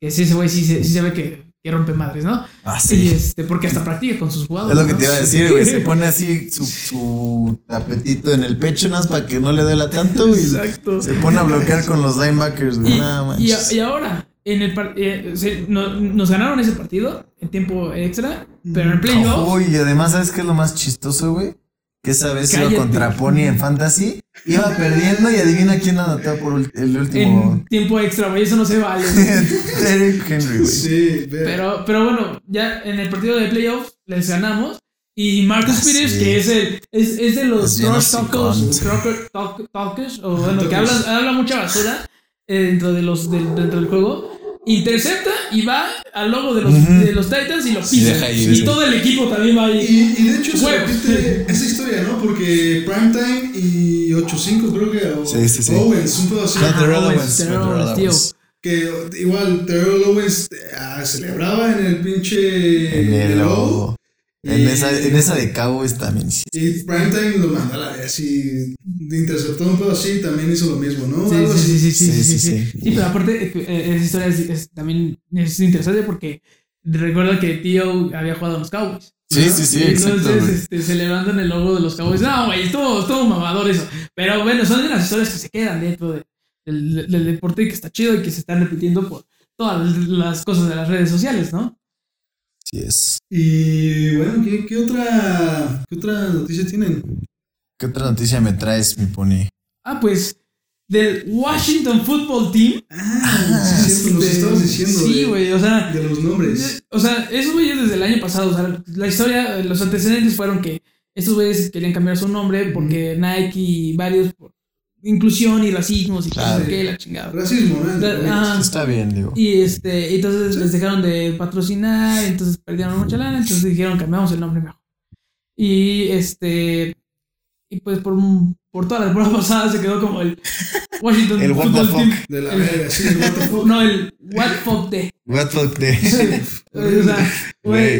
que sí, ese güey sí, se- sí se ve que, que rompe madres, ¿no? Ah, Y sí. este, porque hasta practica con sus Es jugadores. lo que ¿no? te iba a decir, güey. Se pone así su, su tapetito en el pecho, nada más para que no le duela tanto. Y Exacto. se pone a bloquear con los linebackers, güey. Y, Nada más. y a- y ahora, en el par- eh, se- no- nos ganaron ese partido en tiempo extra, pero en playoff. Uy, y además, ¿sabes qué es lo más chistoso, güey? que esa vez se Cállate. iba contra Pony en Fantasy, iba perdiendo y adivina quién anotó por ul- el último. En tiempo extra, güey, eso no se vale. Derrick Henry, güey. Sí, pero- Pero, pero bueno, ya en el partido de playoffs les ganamos. Y Marcus Ah, Peters, sí. que es, el, es, es de los Es bien trash talkers, hocicón, talker- talk- talkers, o bueno, que Talkers. habla, habla mucha basura eh, dentro, de los, del dentro del juego, intercepta y va al logo de los, Ujú. de los Titans y lo Sí, pisa. deja ahí, y sí. todo el equipo también va ahí. Y, y de hecho se Huevos. repite esa historia, ¿no? Porque Primetime y 8-5 creo que... O, Sí, sí, sí. Owens, un pedo así. Fue Terrell Owens, Owens, fue Terrell Terrell Owens, tío. Owens. Que igual Terrell Owens eh, ah, celebraba en el pinche... En el O, O. En esa, en esa de Cowboys también. sí. Y Primetime lo mandó a la vez y interceptó un pedo así y también hizo lo mismo, ¿no? Sí, Algo sí, sí, así. sí, sí, sí, sí, Sí, sí, sí. sí. Sí, pero aparte, eh, eh, esa historia es, es- también es interesante porque recuerda que Tío había jugado a los Cowboys. Sí, sí, sí, exacto, Entonces, güey. este, celebrando en el logo de los Cowboys. No, güey, estuvo, estuvo mamador eso. Pero bueno, son de las historias que se quedan dentro de- del, del deporte y que está chido y que se están repitiendo por todas las cosas de las redes sociales, ¿no? Sí es. Y bueno, ¿qué, qué otra, ¿qué otra noticia tienen? ¿Qué otra noticia me traes, mi pony? Ah, pues, del Washington Football Team. Ah, sí, es cierto, nos Este, estabas diciendo Sí, de- güey, o sea. de los nombres. Pues, O sea, esos güeyes desde el año pasado, o sea, la historia, los antecedentes fueron que estos güeyes querían cambiar su nombre porque Nike y varios por inclusión y racismos y que no sé Claro. qué, la chingada. Racismo, ¿no? Ajá. Ah, Está bien, digo. Y este, entonces les dejaron de patrocinar, entonces perdieron mucha lana, entonces dijeron cambiamos el nombre mejor. Y este, y pues por, por todas las pruebas pasadas se quedó como el Washington El what the Football Team. De la verga, sí, what the fuck. No, el What Fuck Day. What fuck the- o sea, güey. Güey.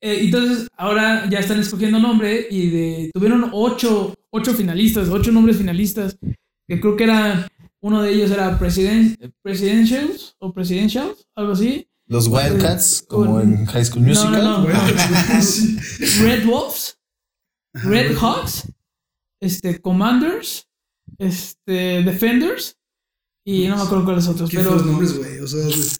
Eh, entonces, ahora ya están escogiendo nombre y de, tuvieron ocho, ocho finalistas, ocho nombres finalistas. Que creo que era, uno de ellos era President, Presidentials o Presidentials, algo así. Los Wildcats, como Con- en High School No, Musical. no, no. Bueno, sí. Red Wolves, Ajá, Red Red Hawks, este, Commanders, este, Defenders y no me acuerdo cuáles otros. Qué feos Pero, nombres, güey. O sea, de-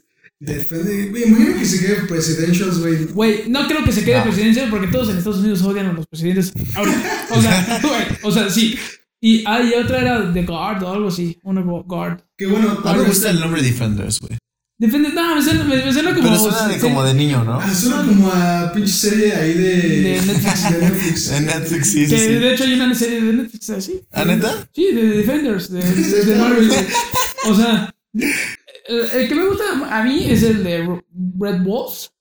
defende. güey, Imagino que se quede presidentials, güey. güey, no creo que se Ah. quede No. Presidential porque todos en Estados Unidos odian a los presidentes. Ahorita. O sea, güey, o sea, sí. Y, ah, y otra era The Guard o algo así, una gu- Guard. Que bueno, A mí me ahora- gusta el nombre Defenders, güey. Defende, no, me suena, me, me suena como. Pero suena de, sí, como de niño, ¿no? ah, suena como a pinche serie ahí de, De Netflix. de Netflix. En Netflix, sí, que sí, sí. de hecho hay una serie de Netflix así. ¿Ah, neta? Sí, de Defenders, de, de Marvel. güey. O sea, el, el que me gusta a mí es el de Ro- Red Wolves.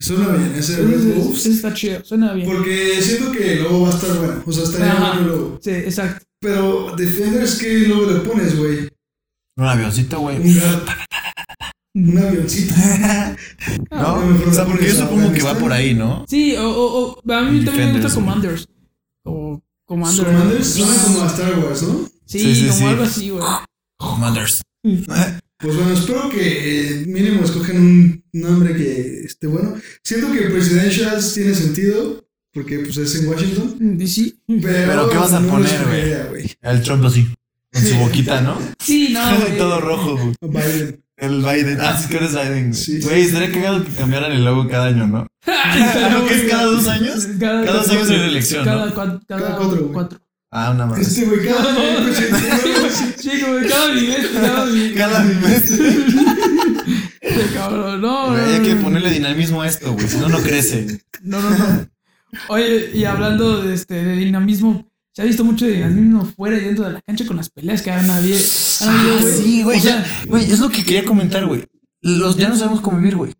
Suena bien, ese de Ese- Red ese Wolves. Está chido, suena bien. Porque siento que el logo va a estar bueno. O sea, estaría Ajá. bueno el logo. Sí, exacto. Pero Defenders, ¿qué logo le pones, güey? Un avioncito, güey. Un gato. Un avioncito. Ah, ¿No? a lo mejor O sea, le porque yo pones supongo que Afganistán. va por ahí, ¿no? Sí, o, o, o a mí también me Defenders, gusta güey. Commanders. O Commander. Commanders suena como a Star Wars, ¿no? Sí, Sí, sí, como sí. algo así, güey. Commanders. Pues bueno, espero que eh, mínimo escogen un nombre que esté bueno. Siento que Presidentials tiene sentido, porque pues es en Washington. Y sí. Pero, Pero, ¿qué vas a no poner, es una güey? idea, güey? El Trump así. Con su boquita, ¿no? Sí, no, Ah, güey. Todo rojo, güey. Biden. El Biden. Ah, sí, que eres Biden. Sí. güey. Güey, estaría cagado que cambiaran el logo cada año, ¿no? ¿Lo que es cada dos años? Cada, Cada dos años de reelección, Cada, ¿no? cua- cada, Cada cuatro, güey. cuatro. Ah, una más. Este güey, cada Sí, como que cada bimestre, cada bimestre. Cada mes. Este cabrón, no, no, Güey, Hay que no, ponerle dinamismo a esto, güey. Si no, no crece. No, no, no. Oye, y hablando de, este, de dinamismo, se ha visto mucho dinamismo fuera y dentro de la cancha con las peleas que han habido. han habido, Ah, sí, güey. Ah, O sea, ya- Güey, es lo que quería comentar, güey. Los, ya no sabemos convivir, güey.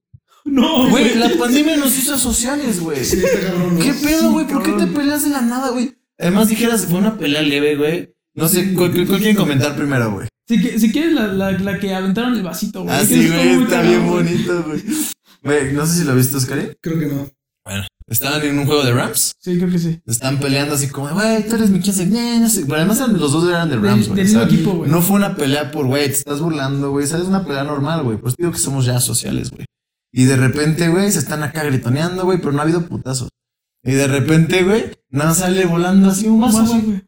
no, Güey, güey. la pandemia nos hizo sociales, güey. Sí, está cabrón, ¿no? ¿Qué pedo, güey? ¿Por qué te cabrón. peleas de la nada, güey? Además dijeras, fue una pelea leve, güey. No sé, ¿cuál, cuál- cuál quieren comentar primero, güey? Si, que- si quieres, la, la, la que aventaron el vasito, güey. que Así, estuvo Ah, güey, muy está cagado, bien güey. bonito, güey. Güey, no sé si lo viste, Oscar. ¿eh? Creo que no. Bueno, estaban en un juego de Rams. Sí, creo que sí. Están peleando así como, güey, tú eres mi 15. eh, No sé. Pero además eran- los dos eran de Del, Rams, del güey. mismo o sea, equipo, güey. No fue una pelea por, güey, te estás burlando, güey. ¿Sabes? Una pelea normal, güey. Pues digo que somos ya sociales, güey. Y de repente, güey, se están acá gritoneando, güey, pero no ha habido putazos. Y de repente, güey, nada más sale volando así un Más, mazo, güey. güey.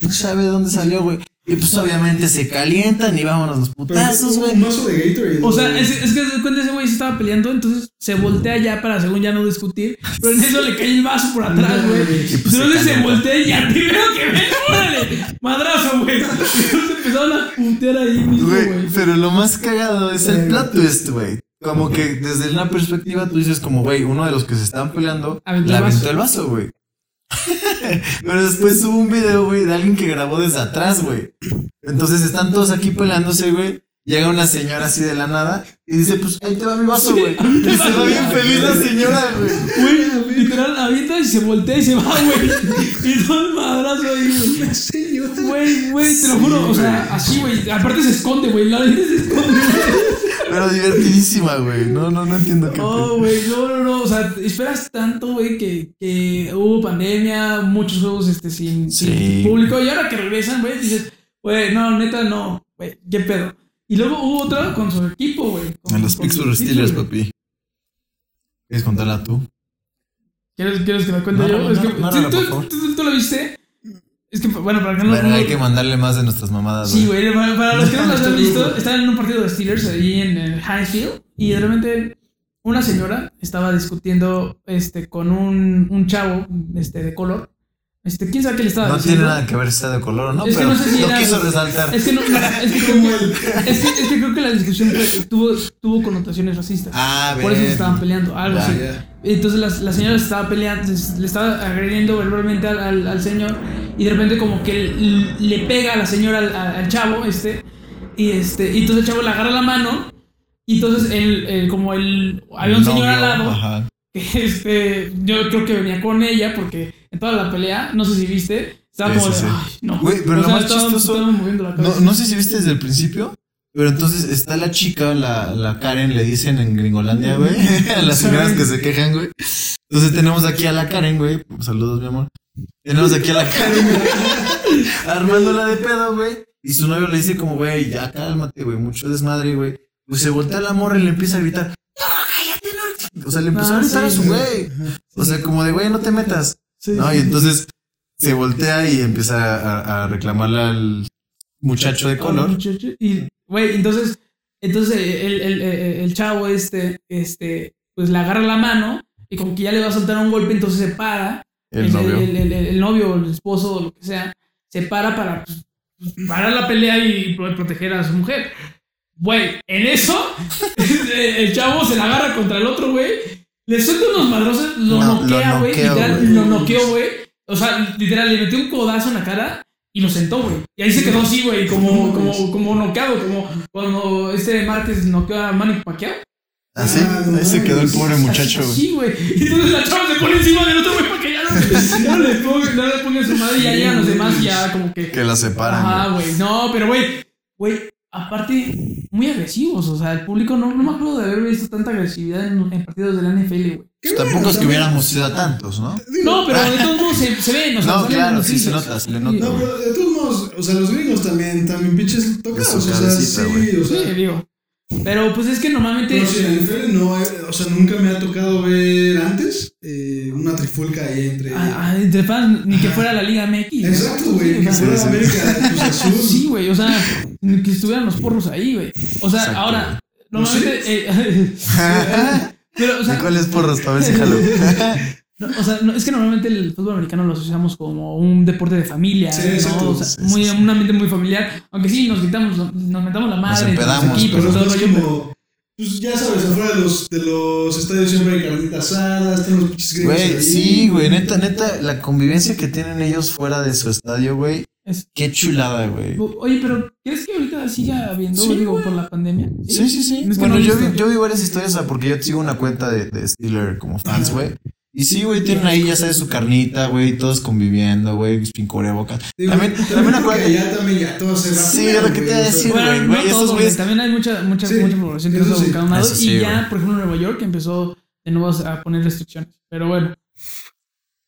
No sabe de dónde salió, güey. Y pues obviamente se calientan y vámonos los Pero putazos, un güey. mazo de Gatorade. O sea, güey. es, es que se cuenta ese güey se estaba peleando, entonces se voltea ya para según ya no discutir, pero en eso le cae el vaso por atrás, güey. Y pues se entonces se, calienta. voltea y ya primero que ve, órale, madrazo, güey. Entonces empezaron a putear ahí mismo, Güey, güey. Eh, pero lo más cagado es Ay, el plot twist, güey. Como que desde una perspectiva tú dices como, güey, uno de los que se están peleando Aventó le el aventó vaso. el vaso, güey. pero después hubo un video, güey, de alguien que grabó desde atrás, güey. Entonces están todos aquí peleándose, güey. Llega una señora así de la nada y dice, pues ahí te va mi vaso, güey. ahí te y va, se va güey. bien feliz la señora, güey. Güey, literal, avienta y se voltea y se va, güey. Y todo el madrazo ahí, güey. Una señora. Güey, güey, te lo juro, o sea, así, güey. Aparte se esconde, güey. La gente se esconde. Pero divertidísima, güey. No, no, no entiendo qué. Oh, güey, no, no, no. O sea, esperas tanto, güey, que, que hubo pandemia, muchos juegos este, sin, sin Sí. público. Y ahora que regresan, güey, dices, güey, no, neta, no, güey, qué pedo. Y luego hubo otro con su equipo, güey. con- En los con Pittsburgh su Steelers, güey. papi. ¿Quieres contarla tú? ¿Quieres, quieres que la cuente No, yo? no, es que, no, no, sí, no, tú, por favor. tú- tú- tú lo viste. Es que, bueno, para que no Bueno, no- hay que mandarle más de nuestras mamadas, Sí, güey, para, para los que no las han Estoy visto, duro. estaban en un partido de Steelers ahí en el Highfield y de repente una señora estaba discutiendo este, con un, un chavo este, de color. Este, ¿Quién sabe qué le estaba No diciendo? tiene nada que ver si sea de color o no, Es que pero no sé si lo era- quiso resaltar. Es que, no, no, es, que creo que, es, que, es que creo que la discusión fue- tuvo, tuvo connotaciones racistas. Ah, Por eso se estaban peleando, algo Ya, así. Ah, ya. Entonces la, la señora se estaba peleando, se- le estaba agrediendo verbalmente al, al- al señor y de repente como que l- le pega a la señora al, al- al chavo este y este y entonces el chavo le agarra la mano y entonces el, el- como el había un El señor al novio, lado ajá. que este yo creo que venía con ella porque en toda la pelea no sé si viste estaba Sí, como sí, de, sí. "Ay, no Güey, pero lo más estaban- chistoso- estaban moviendo la cabeza. No, no sé si viste desde el principio, pero entonces está la chica, la, la Karen, le dicen en Gringolandia, güey. A las señoras que se quejan, güey. Entonces tenemos aquí a la Karen, güey. Saludos, mi amor. Tenemos aquí a la Karen, güey. Armándola de pedo, güey. Y su novio le dice como, güey, ya cálmate, güey. Mucho desmadre, güey. Pues se voltea la morra y le empieza a gritar. No, cállate, no. O sea, le empezó Ah, a gritar sí, a su sí. güey. O sea, como de, güey, no te metas. Sí, ¿no? sí, Y sí. entonces se voltea y empieza a, a reclamarle al muchacho de color. Muchacho. Y, güey, entonces, entonces el, el- el- el chavo este, este, pues le agarra la mano y como que ya le va a soltar un golpe, entonces se para. El novio. El, el- el- el novio, el esposo, o lo que sea, se para para pues, parar la pelea y pro- proteger a su mujer. Güey, en eso, el chavo se la agarra contra el otro, güey. Le suelta unos madrosos, lo No, lo noquea, güey. noquea, Literal, güey. lo noqueó, güey. O sea, literal, le metió un codazo en la cara y lo sentó, güey. Y ahí se quedó así, güey, como, como, como noqueado, como cuando este martes noqueó a Manny Pacquiao. Así, Ah, no ahí se quedó el mames. pobre muchacho, güey. Sí, güey. Y entonces la chava se pone encima del otro, güey, para que ya no, ya no le ponga, no le ponga su madre y ya llegan los demás y ya como que. Que la separan. Ajá, güey. güey. No, pero güey, güey, aparte, muy agresivos. O sea, el público no, no me acuerdo de haber visto tanta agresividad en, en partidos de la NFL, güey. Qué bueno, Pues Tampoco es que también. hubiéramos sido a tantos, ¿no? Digo, No, pero de todos modos se, se ven, o sea, No, salen claro, las sí se noticias. nota, se le nota. Sí, güey. pero de todos modos, o sea, los gringos también, también pinches tocados. Es su O sea, cabecita, sí, güey. o sea. sí, digo. Pero pues es que normalmente. Pero sí, en el NFL no, eh, o sea, nunca me ha tocado ver antes eh, una trifulca ahí entre. a- a- entre fans, ni que Ajá. fuera la Liga MX. ¿no? Exacto, güey. Ah, Sí, Que o fuera sea, sí. América, Cruz Azul. Sí, güey, o sea, ni que estuvieran los porros ahí, güey. O sea, Exacto, ahora, No sé. normalmente. eh, pero, o ¿De sea, cuáles porros? Para ver si jalo. no, o sea, no, es que normalmente el fútbol americano lo asociamos como un deporte de familia, Sí, ¿no? exacto, O sea, sí, muy, sí, sí. un ambiente muy familiar. Aunque sí, nos gritamos, nos metamos la madre, entre los empedamos, equipos, Pero todo el es rollo, pero- como. Pues ya sabes, afuera de los, de los estadios siempre hay carnitas asadas, están los pinches gringos. Güey, ahí. sí, güey. Neta, neta, la convivencia que tienen ellos fuera de su estadio, güey. es- Qué chulada, güey. Oye, pero ¿crees que ahorita siga habiendo, Sí, digo, güey. por la pandemia? Sí, sí, sí. Es que bueno, no he yo, visto. vi, yo vi varias historias, o sea, porque yo sigo una cuenta de, de Steeler como fans, güey. Y sí, güey, tienen ahí, ya sabes, su carnita, güey, todos conviviendo, güey, sin cubrebocas. Digo, También, también creo que acuérdate. allá también ya todo se va Sí, es lo que te iba a decir, Bueno, güey, no güey, esos todos, güey, güeyes- También hay mucha, mucha, Sí, mucha población que no eso está sí. buscando nada. Eso sí, y ya, güey. por ejemplo, Nueva York empezó de nuevo a poner restricciones. Pero bueno,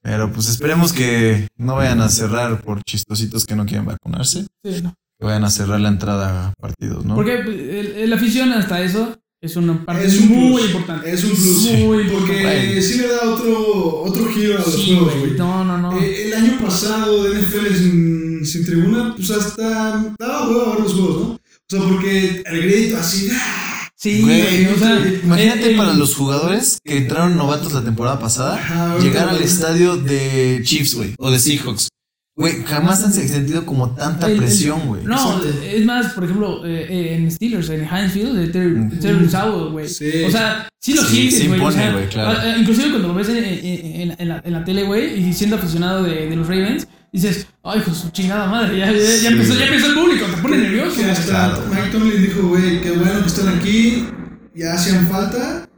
Pero pues esperemos que no vayan a cerrar por chistositos que no quieren vacunarse. sí, no. Que vayan a cerrar la entrada a partidos, ¿no? Porque el, el afición hasta eso es una parte Es un muy plus. importante. Es un plus. Muy Porque importante. Güey. sí le da otro, otro giro a los Sí, juegos, güey. güey. No, no, no. Eh, el año pasado de NFL sin, en sin tribuna, pues hasta daba huevo ver los juegos, ¿no? O sea, porque el grito así, ah, Sí, Güey, güey, o sea, eh, Imagínate el- para los jugadores que entraron novatos la temporada pasada, Ah, ajá, llegar güey. al estadio de Chiefs, güey, o de Seahawks. Güey, jamás han sentido como tanta El- el- presión, güey. eh, No, Exacto. es más, por ejemplo, eh, eh, en Steelers, en Heinz Field, de Terry- Terry Sowell, güey. Sí. O sea, sí lo Sí, sientes, sí güey. o impone, sea, güey, claro. ah, ah, Inclusive cuando lo ves en, en- en- en la, en la tele, güey, y siendo aficionado de, de los Ravens, dices, ay, hijo de su chingada madre, ya, ya, ya Sí, empezó, ya güey. empezó el público, te pone nervioso. Que güey. hasta Claro. Mike Tomlin dijo, güey, qué bueno que están aquí, ya hacían falta,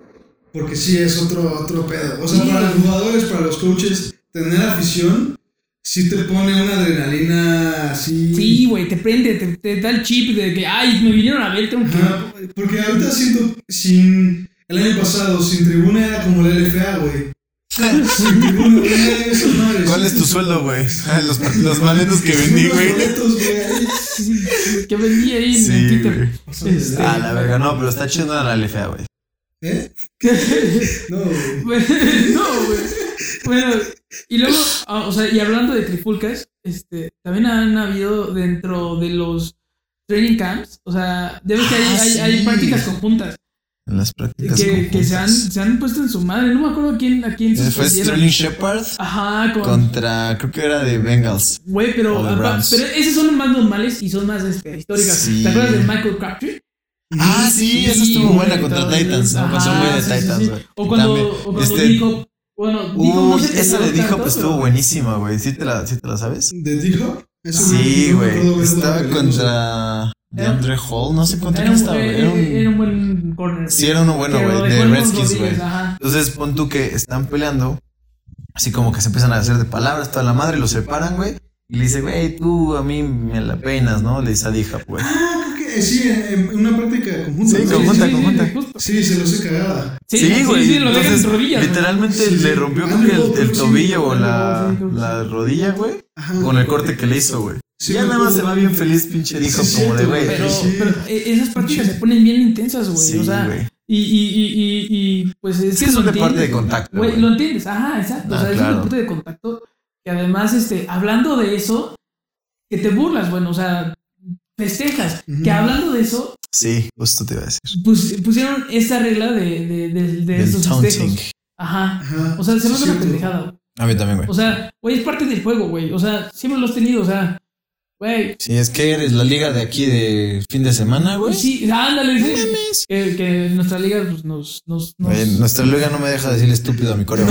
porque sí es otro, otro pedo. O sea, Sí. para los jugadores, para los coaches, tener afición sí te pone una adrenalina así. Sí, güey, te prende, te, te da el chip de que, ay, me vinieron a ver, tengo que... Ajá, porque ahorita siento sin. El año pasado, sin tribuna era como la LFA, güey. sin tribuna, güey, nadie ve esas madres. ¿Cuál es tu sueldo, güey? Ah, Los, los maletos que vendí, Unos güey. boletos, güey. que vendí ahí en Sí, Twitter. güey. Este, Ah, la verga, no, pero está chido la LFA, güey. ¿Eh? No, güey. Bueno, no, güey. Bueno, y luego, ah, o sea, y hablando de trifulcas, este, también han habido dentro de los training camps, o sea, debe que hay, Ah, hay- sí. hay prácticas conjuntas En las que, prácticas. que se, han, conjuntas. Eh, se han puesto en su madre, no me acuerdo a quién, a quién se Fue suspendieron. Sterling Shepard Ajá, con... contra, creo que era de Bengals. Güey, pero, o de apa- Browns. pero esas son las más normales y son más este, históricas. Sí. ¿Te acuerdas de Michael Crabtree? Ah, sí, eso esa estuvo buena contra Titans, ¿no? Contra un güey de Titans, güey. O cuando, También, o cuando este- dijo, bueno, dijo, no Uy, sé qué esa dijo de dijo tanto, pues estuvo pero- buenísima, güey. ¿Sí te la, sí te la sabes? ¿De D-Hop? Eso Sí, no me acuerdo güey. verlo, Estaba pero- contra DeAndre Hall, no sé contra Era quién un, estaba, eh, güey. Era eh, era un... un buen corner. Sí, era uno bueno, Pero güey, de después Ronald Redskins, güey. Rodríguez, ajá. Entonces pon tú que están peleando, así como que se empiezan a hacer de palabras toda la madre, los separan, güey. Y le dice, güey, tú a mí me la peinas, ¿no? Le dice a Dija, güey. Ah, creo que sí, en en una práctica conjunta. Sí, ¿no? conjunta. justo. Sí, se los he cagada. Sí, güey. Sí, lo dejan en Entonces, sus rodillas. güey. Literalmente Sí, sí. le rompió Ah, creo no, que el, el creo que tobillo sí. o Ah, la, sí, creo que la sí. rodilla, güey. Ajá. Con el corte que le hizo, güey. Sí, ya me nada más se acuerdo. va bien feliz, pinche Dija, Sí, como de, cierto, güey. Pero, Sí. pero, eh, esas prácticas se ponen bien intensas, güey. Sí, o sea, güey. y, y, y, y, y, pues es Es que que es lo un deporte de entiendes, contacto, güey. güey. Lo entiendes, ajá, exacto. o Ah, sea, es un claro. deporte de contacto. Que además, este, hablando de eso, que te burlas, bueno, o sea, festejas. Ujú. Que hablando de eso, Sí, justo te iba a decir. pus- pusieron esta regla de, de, de, de Del estos taunting. festejos. Ajá. Ajá. O sea, se me Sí, hace una cierto. pendejada. güey. A mí también, güey. O sea, güey, es parte del juego, güey. O sea, siempre lo has tenido, o sea, güey. Sí, es que eres la liga de aquí de fin de semana, güey. Sí, ándale, No sí. mames. Que, que nuestra liga pues, nos, nos, nos- Güey, nuestra liga no me deja decir estúpido a mi coreo.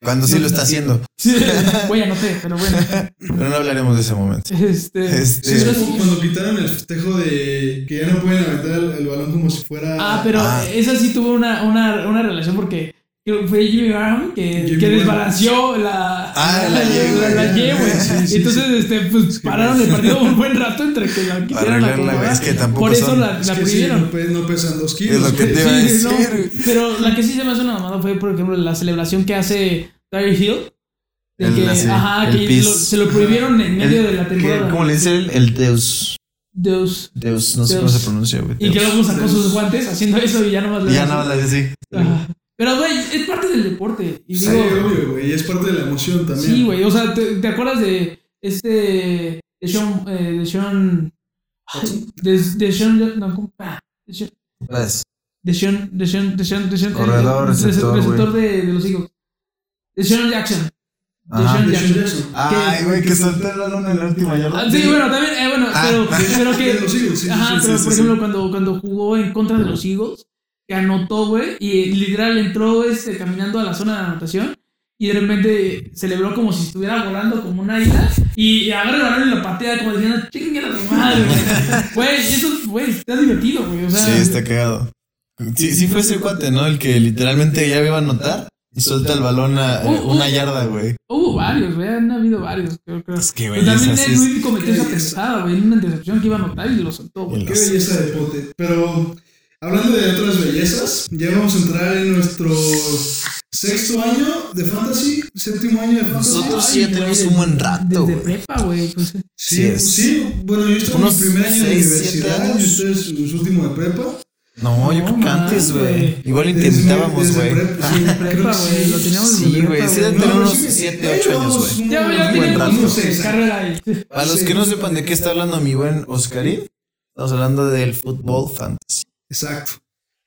Cuando sí lo está haciendo. Sí, güey, anoté, pero bueno. Pero no hablaremos de ese momento. Este. Sí, Este, es Pero como sí. cuando quitaron el festejo de que ya no pueden aventar el, el balón como si fuera. Ah, pero Ah. esa sí tuvo una, una, una relación porque creo que fue Jimmy Graham que, Jimmy que Graham. desbalanceó la. Ah, la Y, la- güey. la Y, güey. Sí, sí, Entonces, sí. este, pues pararon el partido un buen rato entre que la quisieran Arreglarla, güey, acomodar. es que tampoco Por eso son- la, Es la que sí, prohibieron. no, pe- no pesan dos kilos. es lo que güey. te iba a Sí, no, decir. Pero la que sí se me hace una mamada fue, por ejemplo, la celebración que hace Tyre Hill. de El- que, la- sí, ajá, el que pis. lo- se lo prohibieron en medio de la temporada. ¿Cómo le dice el, el Deus? Deus. Deus, no sé Deus. cómo se pronuncia, güey. Y que Deus. luego sacó Deus. sus guantes haciendo eso y ya nomás Y le ya nada más la dice así. Ajá. Pero, güey, es parte del deporte. Y Sí, digo, obvio, güey. Es parte de la emoción también. sí, güey. O sea, ¿te, te acuerdas de este. de Sean. eh, de Sean. De, de Sean. No, ¿cómo? Ah, de Sean. Vas. De Sean. De Sean. De Sean. De Sean. Corredor, de- de- receptor, güey. receptor de, de los hijos. De Sean Jackson. De Ajá. Sean De Sean Jackson. Jackson. Ay, güey, que soltó el balón en la última Ah, yarda. sí, bueno, también, eh, bueno, Ah. pero, pero De los Eagles, sí, que. sí, Ajá, sí, pero sí, por sí, ejemplo, cuando, cuando jugó en contra de los Eagles, que anotó, güey, y literal entró este, caminando a la zona de anotación. Y de repente celebró como si estuviera volando como una águila y agarra el balón y lo patea como diciendo, chingue a tu madre, güey. Güey, eso, güey, está divertido, güey. O sea, Sí, está cagado. Sí, sí fue ese cuate, ¿no? El que literalmente ya iba a anotar y suelta el balón a eh, Uh, uh. una yarda, güey. hubo varios, güey, han habido varios, creo, creo. Es que, Pero güey, es Pues también así. Ed Reed cometió esa Sí, es- pesada, güey, en una intercepción que iba a anotar y lo soltó, güey. Qué belleza de pote. Pero hablando de otras bellezas, ya vamos a entrar en nuestro sexto año de fantasy, séptimo año de fantasy. Nosotros Ay, sí ya güey, tenemos un buen rato, Desde güey. prepa, güey. pues, Sí, Sí. sí, bueno, yo estaba en Unos mi primer año de seis, siete universidad años. y ustedes en su último de prepa. No, yo creo que man, antes, güey. güey. Igual Desde- intentábamos, desde güey. prepa. Sí, en Creo prepa, que güey. Lo sí. teníamos desde Sí, güey, prepa, sí, güey. deben tener No, unos sí, 7, 8 años, llevamos güey. un- Ya, un ya buen tiene rato. como unos seis años. carrera y- Para los que no sepan de qué está hablando mi buen Oscarín, estamos hablando del fútbol fantasy. Exacto.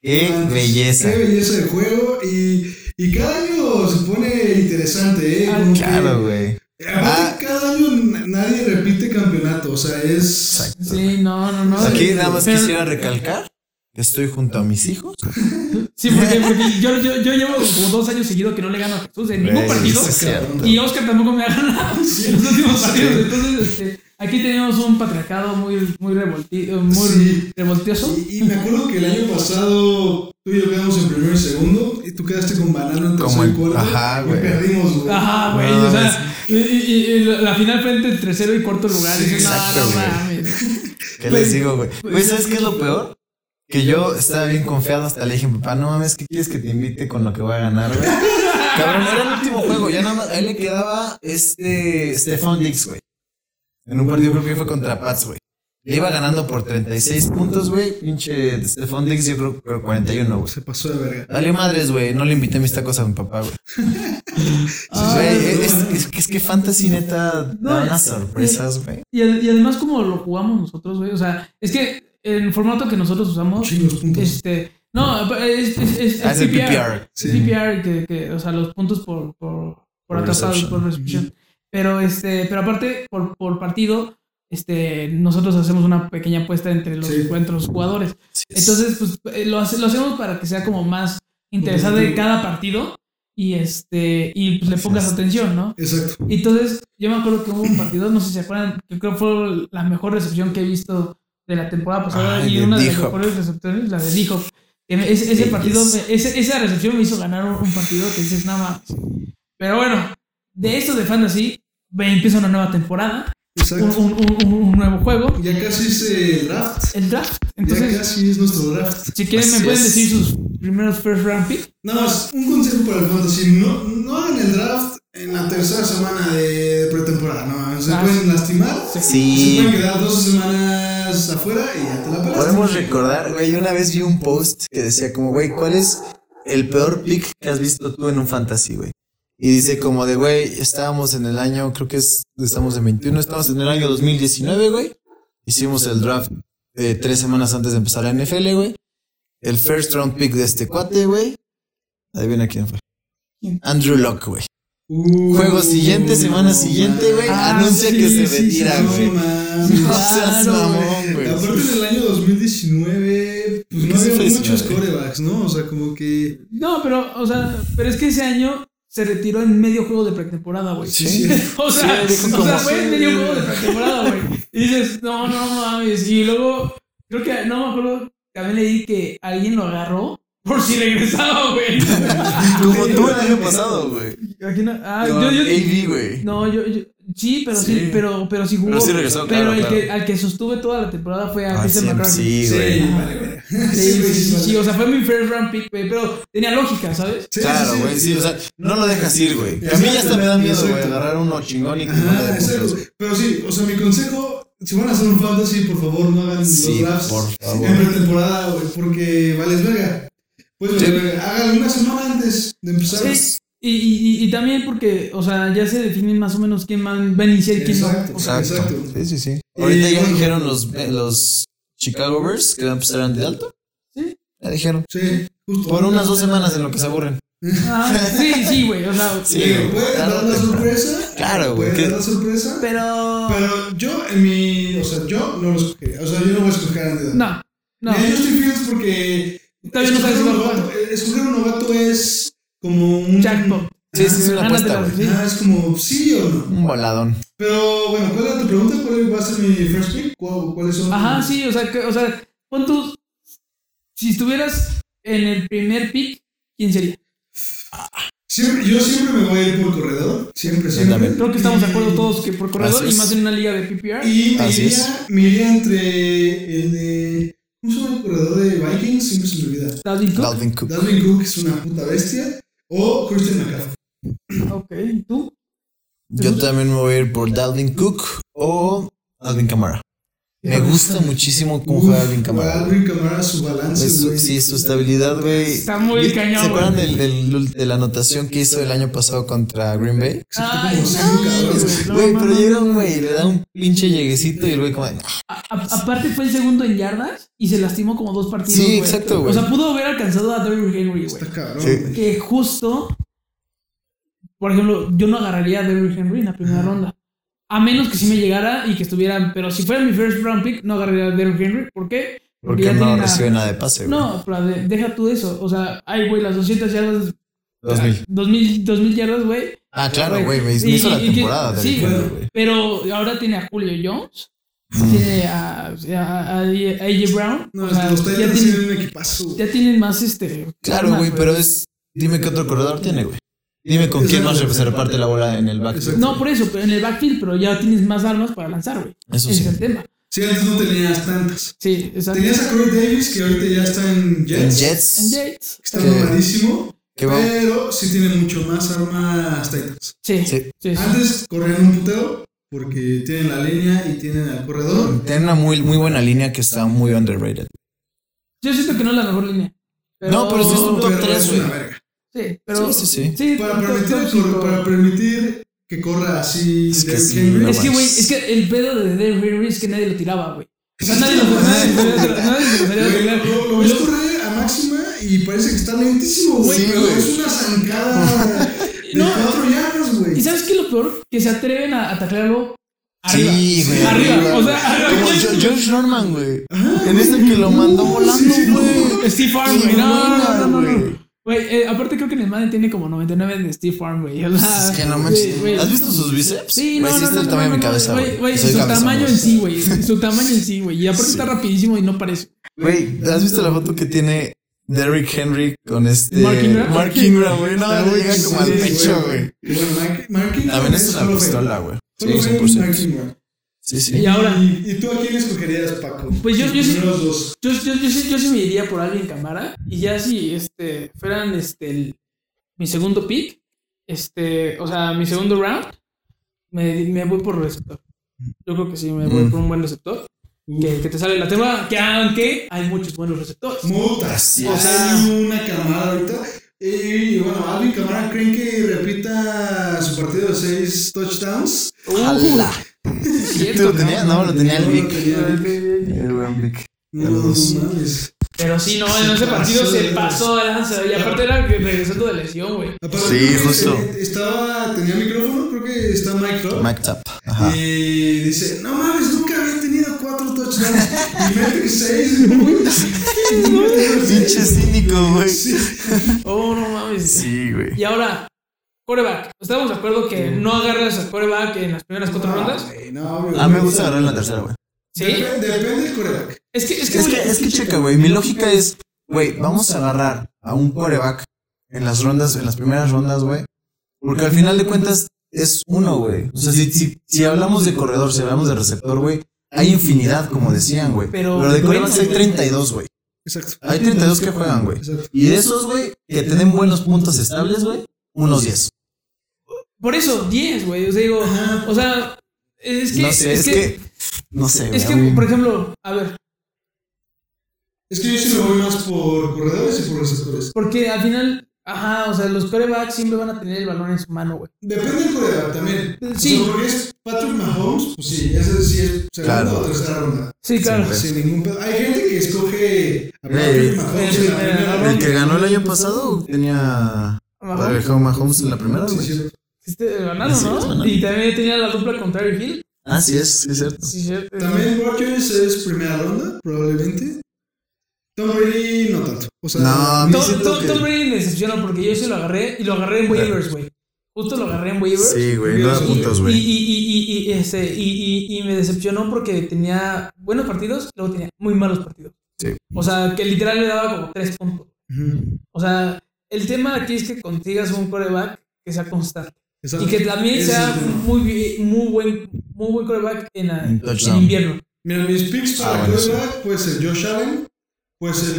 ¡Qué Ah, Antes, belleza! Qué belleza de juego y, y cada año se pone interesante, ¿eh? Ah, Como que- Claro, güey. Ah. Aparte, Cada año na- nadie repite campeonato, o sea, es... Exacto. Sí, no, no, no. Aquí nada más Pero- quisiera recalcar que estoy junto a mis hijos. Sí, porque, porque yo, yo, yo llevo como dos años seguido que no le gano a Jesús en ningún Güey, partido. eso es cierto. Y Oscar tampoco me ha ganado en los últimos partidos. Entonces, este, aquí tenemos un patriarcado muy, muy, revolti- eh, muy Sí. revoltioso. Y, y me acuerdo que el año pasado tú y yo quedamos en primero y segundo y tú quedaste con banano en Como tercer el- y cuarto. ajá, y güey. perdimos, güey. Ajá, güey. No, o sea, y, y- y la la final frente entre tercero y cuarto lugar. Sí, Dices, no, exacto, no güey. mames. ¿Qué les digo, güey? Güey, ¿sabes qué es lo peor? Que yo estaba bien confiado hasta le dije, papá, no mames, ¿qué quieres que te invite con lo que voy a ganar, güey? Cabrón, era el último juego, ya nada más, a él le quedaba este Stefan Dix, güey. En un partido creo que fue contra Pats, güey. Le iba ganando por 36 puntos, güey. Pinche Stefan Dix, yo creo que 41, güey. Se pasó de verga. Dale madres, güey. No le invité mis tacos a mi papá, güey. Ah, Güey, sí, es, sí. es que- es que Fantasy neta No, da unas es- sorpresas, güey. Y, ad- y además, como lo jugamos nosotros, güey. O sea, es que el formato que nosotros usamos. Chingos puntos. Este. No, es, es, es, Hace PPR. Sí. PPR, que, que, o sea, los puntos por, por, por, Por atrapado, reception. por recepción. Pero este, pero aparte, por, por partido, este, nosotros hacemos una pequeña apuesta entre los, Sí. entre los jugadores. Sí, es- Entonces, pues eh, lo, hace- lo hacemos para que sea como más interesante Competitivo. cada partido. Y este, y pues le Así pongas es. atención, ¿no? Exacto. Y entonces, yo me acuerdo que hubo un partido, no sé si se acuerdan, que creo fue la mejor recepción que he visto de la temporada pasada Ay, y de una de las D-Hop. mejores recepciones, la de Dijo. Ese, ese Sí, partido, yes. me- ese- esa recepción me hizo ganar un un partido que dices nada más. Pero bueno, de esto de fantasy, me empieza una nueva temporada, un, Exacto. un- un- un- un nuevo juego, Ya casi es el draft. el draft. ya Entonces, casi es nuestro draft. si quieren, me Así pueden es. decir sus primeros first round pick. Nada más, un consejo para el fantasy. No, no hagan el draft en la tercera semana de pretemporada. No, se Ah, pueden lastimar. Se Sí. pueden quedar dos semanas afuera y ya te la pelas. Podemos recordar, güey, yo una vez vi un post que decía como, güey, ¿cuál es el peor pick que has visto tú en un fantasy, güey? Y dice como de, güey, estábamos en el año, creo que es, estamos en 21, estamos en el año 2019, güey. Hicimos el draft eh, tres semanas antes de empezar la NFL, güey. El first round pick de este cuate, güey. Adivina quién fue. ¿Quién? Andrew Locke, güey. Uh, Juego siguiente, semana siguiente, güey. Ah, anuncia sí, que se sí, retira, sí, güey. Ah, No mames. Ah, No seas Claro, mamón, güey. Aparte en el año 2019, pues ¿Qué no se había fue, muchos señora? corebacks, ¿no? O sea, como que. No, pero, o sea, pero es que ese año se retiró en medio juego de pretemporada, güey. Sí, Sí. sí. O sea, Sí, dijo o como sea fue sí. en medio juego de pretemporada, güey. Y dices, no, no mames. Y luego, creo que, no me acuerdo, también leí que alguien lo agarró por si regresaba, güey. Como tú el año pasado, güey. Aquí no- ah, Con yo, yo- AV, güey. no, yo, yo- sí, pero sí, Sí. pero, pero sí jugó. Pero sí Pero regresó, claro, el claro. Que, al que sostuve toda la temporada fue a Ah, Christian sí, McCaffrey. sí, güey. vale, vale. Sí, sí, sí, sí, o sea, fue mi first round pick, güey, pero tenía lógica, ¿sabes? Sí, claro, güey, sí, o sea, no lo dejas ir, güey. A mí ya hasta me da miedo, güey, agarrar uno chingón y que no le Ajá, dé Ah, exacto. puntos. Pero sí, o sea, mi consejo, si van a hacer un fantasy, por favor, no hagan Sí, los drafts por favor. en pretemporada, güey, porque vales verga. Pues Sí. hagan una semana antes de empezar. Sí, y, y, y- y también porque, o sea, ya se definen más o menos quién man- va a iniciar y quién no. Exacto. Exacto. Sí, sí, sí. Ahorita Y ya bueno. dijeron los, eh, los Chicago Bears que empezaron de alto. Sí. Ya dijeron. Sí, justo. Por unas dos semanas en lo que se aburren. Ah, sí, sí, güey, o sea, Sí, Digo, güey, puede tarde dar o la temprano. sorpresa. Claro, güey. Puede que- dar la sorpresa. pero... Pero yo, en mi. O sea, yo no los escogería. O sea, yo no voy a escoger a Andy No, no, Mira, yo estoy Fields porque. todavía no sabes si escoger va a un jugar. novato- eh, Escoger un novato es como un. Jackpot. Sí, sí, es una apuesta, Gánatelas, güey. sí. Ah, es como sí o no. Un voladón. Pero bueno, ¿cuál era tu pregunta? ¿Cuál va a ser mi first pick? ¿Cuál- ¿Cuáles son? Ajá, sí, o sea, que, o sea, pon tú, si estuvieras en el primer pick, ¿quién sería? Siempre- yo siempre me voy a ir por corredor. Siempre, siempre. también. Creo que estamos de acuerdo Y- todos que por corredor Así y es. más en una liga de PPR. Y me Así iría, me iría entre el de. ¿Cómo se llama el corredor de Vikings? Siempre se me olvida. Dalvin Cook. Dalvin Cook. Dalvin Cook es una puta bestia. O Christian McCaffrey. Ok, ¿tú? Yo también me voy a ir por Dalvin Cook o Dalvin Camara. Me gusta muchísimo cómo Uf, juega Alvin Kamara. güey. Alvin Kamara, su balance, Pues, su- güey. sí, su estabilidad, güey. Está muy ¿Viste- cañón, ¿Se acuerdan güey. del, del- de la anotación que hizo el año pasado contra Green Bay? Ay, como cinco, mames, no, Güey, no, pero no, llega no, un no. güey, le da un pinche lleguecito y el güey como... A- a- aparte fue el segundo en yardas y se lastimó como dos partidos. Sí, güey. exacto, güey. O sea, pudo haber alcanzado a Derrick Henry, güey. Está cabrón, Sí. güey. Que justo, por ejemplo, yo no agarraría a Derrick Henry en la primera Ajá. ronda. A menos que sí me llegara y que estuvieran. Pero si fuera mi first round pick, no agarraría a Derrick Henry. ¿Por qué? Porque ya no tienen a- recibe nada de pase, güey. No, pero de- deja tú eso. O sea, ay, güey, las 200 yardas. 2000. 2000, 2000 yardas, güey. Ah, claro, Güey, güey, me, me y- hizo la y que- temporada. del sí, ejemplo, güey. güey. Mm. Pero ahora tiene a Julio Jones. Tiene a, a, a- a AJ Brown. No, o sea, los ya, Titans tienen, tienen un equipazo. güey. ya tienen más este. Claro, armas, güey, pero es... Dime qué otro corredor tiene, güey. Dime con quién más se reparte la bola en el backfield. No, por eso, pero en el backfield, pero ya tienes más armas para lanzar, güey. Eso Ese es sí. el tema. Sí, antes no tenías tantas. Sí, exacto. Tenías a Corey Davis, que ahorita ya está en En Jets. En Jets, Yates. Está Que- mamadísimo. que va... Pero sí tiene mucho más armas Titans. Sí, sí. Sí. sí. Antes corrían un puteo porque tienen la línea y tienen al corredor. Tiene una muy, muy buena línea que está muy underrated. Yo siento que no es la mejor línea. No, pero sí es un top Pero 3, es güey. una verga. Sí, pero. Sí, sí, sí. Para top- permitir, top el cinco. cor- para permitir que corra así Es que Derrick sí, Henry. no Es que, güey, manches. es que el pedo de Derrick Henry es que nadie lo tiraba, güey. O sea, nadie lo nadie lo- nadie lo Güey, sabía tirar. lo, lo ves correr a máxima y parece que está lentísimo, güey. Sí, pero güey. es una zancada de No. cuatro yardas, güey. ¿Y sabes qué es lo peor? Que se atreven a, a taclearlo arriba. Sí, güey. arriba. O sea, arriba. Como Jo- Josh Norman, güey. Ajá, En ese que lo mandó volando, sí, güey. Steve Farm, Sí, güey. No, buena, no, no, no, güey. no. Güey, eh, aparte creo que en el Madden tiene como 99 de Steve Farm, güey. O sea, Es que sí, no Ah, güey. manches. ¿Has visto sus bíceps? Sí, no, Güey, no, está no, el no, tamaño no, de mi no, cabeza, güey. güey. Güey, Soy su cabezón, tamaño güey. en sí, güey. Su tamaño en sí, güey. Y aparte está rapidísimo y no parece. Güey, ¿has visto la foto que tiene Derrick Henry con este. Mark Ingram? Mark Ingram, güey. No, le llega Sí, como al sí, pecho, güey. Bueno, Mark- Mark Ingram También es una solo fe. pistola, güey. Sí, Solo fe, Mark 100%. Ingram. Sí, Y sí. ahora, ¿Y, y tú a quién escogerías, Paco? Pues yo- Los yo sí- primeros dos. yo, yo, yo, sí, yo sí me iría por alguien cámara. Y ya si este, fueran este, el- mi segundo pick, este, o sea, mi segundo round, me, me voy por receptor. Yo creo que sí, me voy Mm. por un buen receptor. Uf, Que, que te sale la tema, que aunque hay muchos buenos receptores. Mutas. Así O es. sea, hay una camada ahorita. Y bueno, Alvin Camara, ¿creen que repita su partido de seis touchdowns? ¡Hala! uh. Sí, es ¿Tú cierto, lo tenías? cabrón. No, lo tenía el No, Vic. no tenía el El buen Vic. No, Los dos. no mames. Pero sí, no, en Se ese partido pasó de se lanza. pasó de lanza. Y aparte era que regresando de lesión, güey. Aparte, Sí, creo que justo. te- Estaba, tenía micrófono, creo que está Mike Trout. Mac Tap. Ajá. Y dice, no mames, nunca había tenido cuatro touchdowns. y mete seis, güey. Pinche cínico, güey. Sí. Oh, no mames. Sí, güey. Y ahora, coreback. Estamos de acuerdo que no agarras a coreback en las primeras cuatro Ah, rondas. güey, no, güey. Ah, me gusta agarrar en la tercera, güey. Sí. Dep- Depende del coreback. Es que, es que, Es que, güey, es que checa, güey. Mi lógica es, güey, vamos a agarrar a un quarterback en las rondas, en las primeras rondas, güey. Porque al final de cuentas es uno, güey. O sea, si, si, si hablamos de corredor, si hablamos de receptor, güey, hay infinidad, como decían, güey. Pero- Pero, de bueno, quarterbacks hay 32, güey. Exacto. Hay 32 que juegan, güey. Exacto. Y de esos, güey, que te den buenos puntos estables, güey, unos 10. por eso 10, güey. O sea, digo, o sea, es que, No sé, es que... No sé, güey. es que, por ejemplo, a ver, Es que yo sí me voy más por corredores y por receptores. porque al final, ajá, o sea, los corebacks siempre van a tener el balón en su mano, güey. Depende del coreback también. Sí. O sea, porque es Patrick Mahomes, pues sí, ese sí es segunda Claro. o tercera ronda. Sí, claro. Siempre. Sin ningún pedo. Hay gente que escoge a Eh, Patrick Mahomes en la eh, primera eh, ronda. El que ganó el año pasado tenía... Mahomes. a Mahomes en la primera, Sí, güey. sí. Este, el banano, Sí, el ¿no? banano. Y también tenía la dupla con Terry Hill. Así es, sí es cierto. Sí, cierto. También Rodgers es primera ronda, probablemente. Tom Brady no tanto. O sea, No, ni- Tom, siento Tom- que- Tom Brady me decepciona porque yo sí lo agarré y lo agarré en waivers, güey. Justo lo agarré en waivers. Sí, güey, Dios, no da güey. puntos, Y, güey. y, y, y, y, este, y, y, y me decepcionó porque tenía buenos partidos, luego tenía muy malos partidos. Sí. O sea, que literal le daba como tres puntos. Ujú, O sea, el tema aquí es que consigas un coreback que sea constante. exacto. Y que también Ese sea es el tema. muy, bi- muy buen muy buen coreback en, la- En touchdown. en invierno. Mira, mis picks Ah, para bueno, quarterback puede ser Josh Allen, puede ser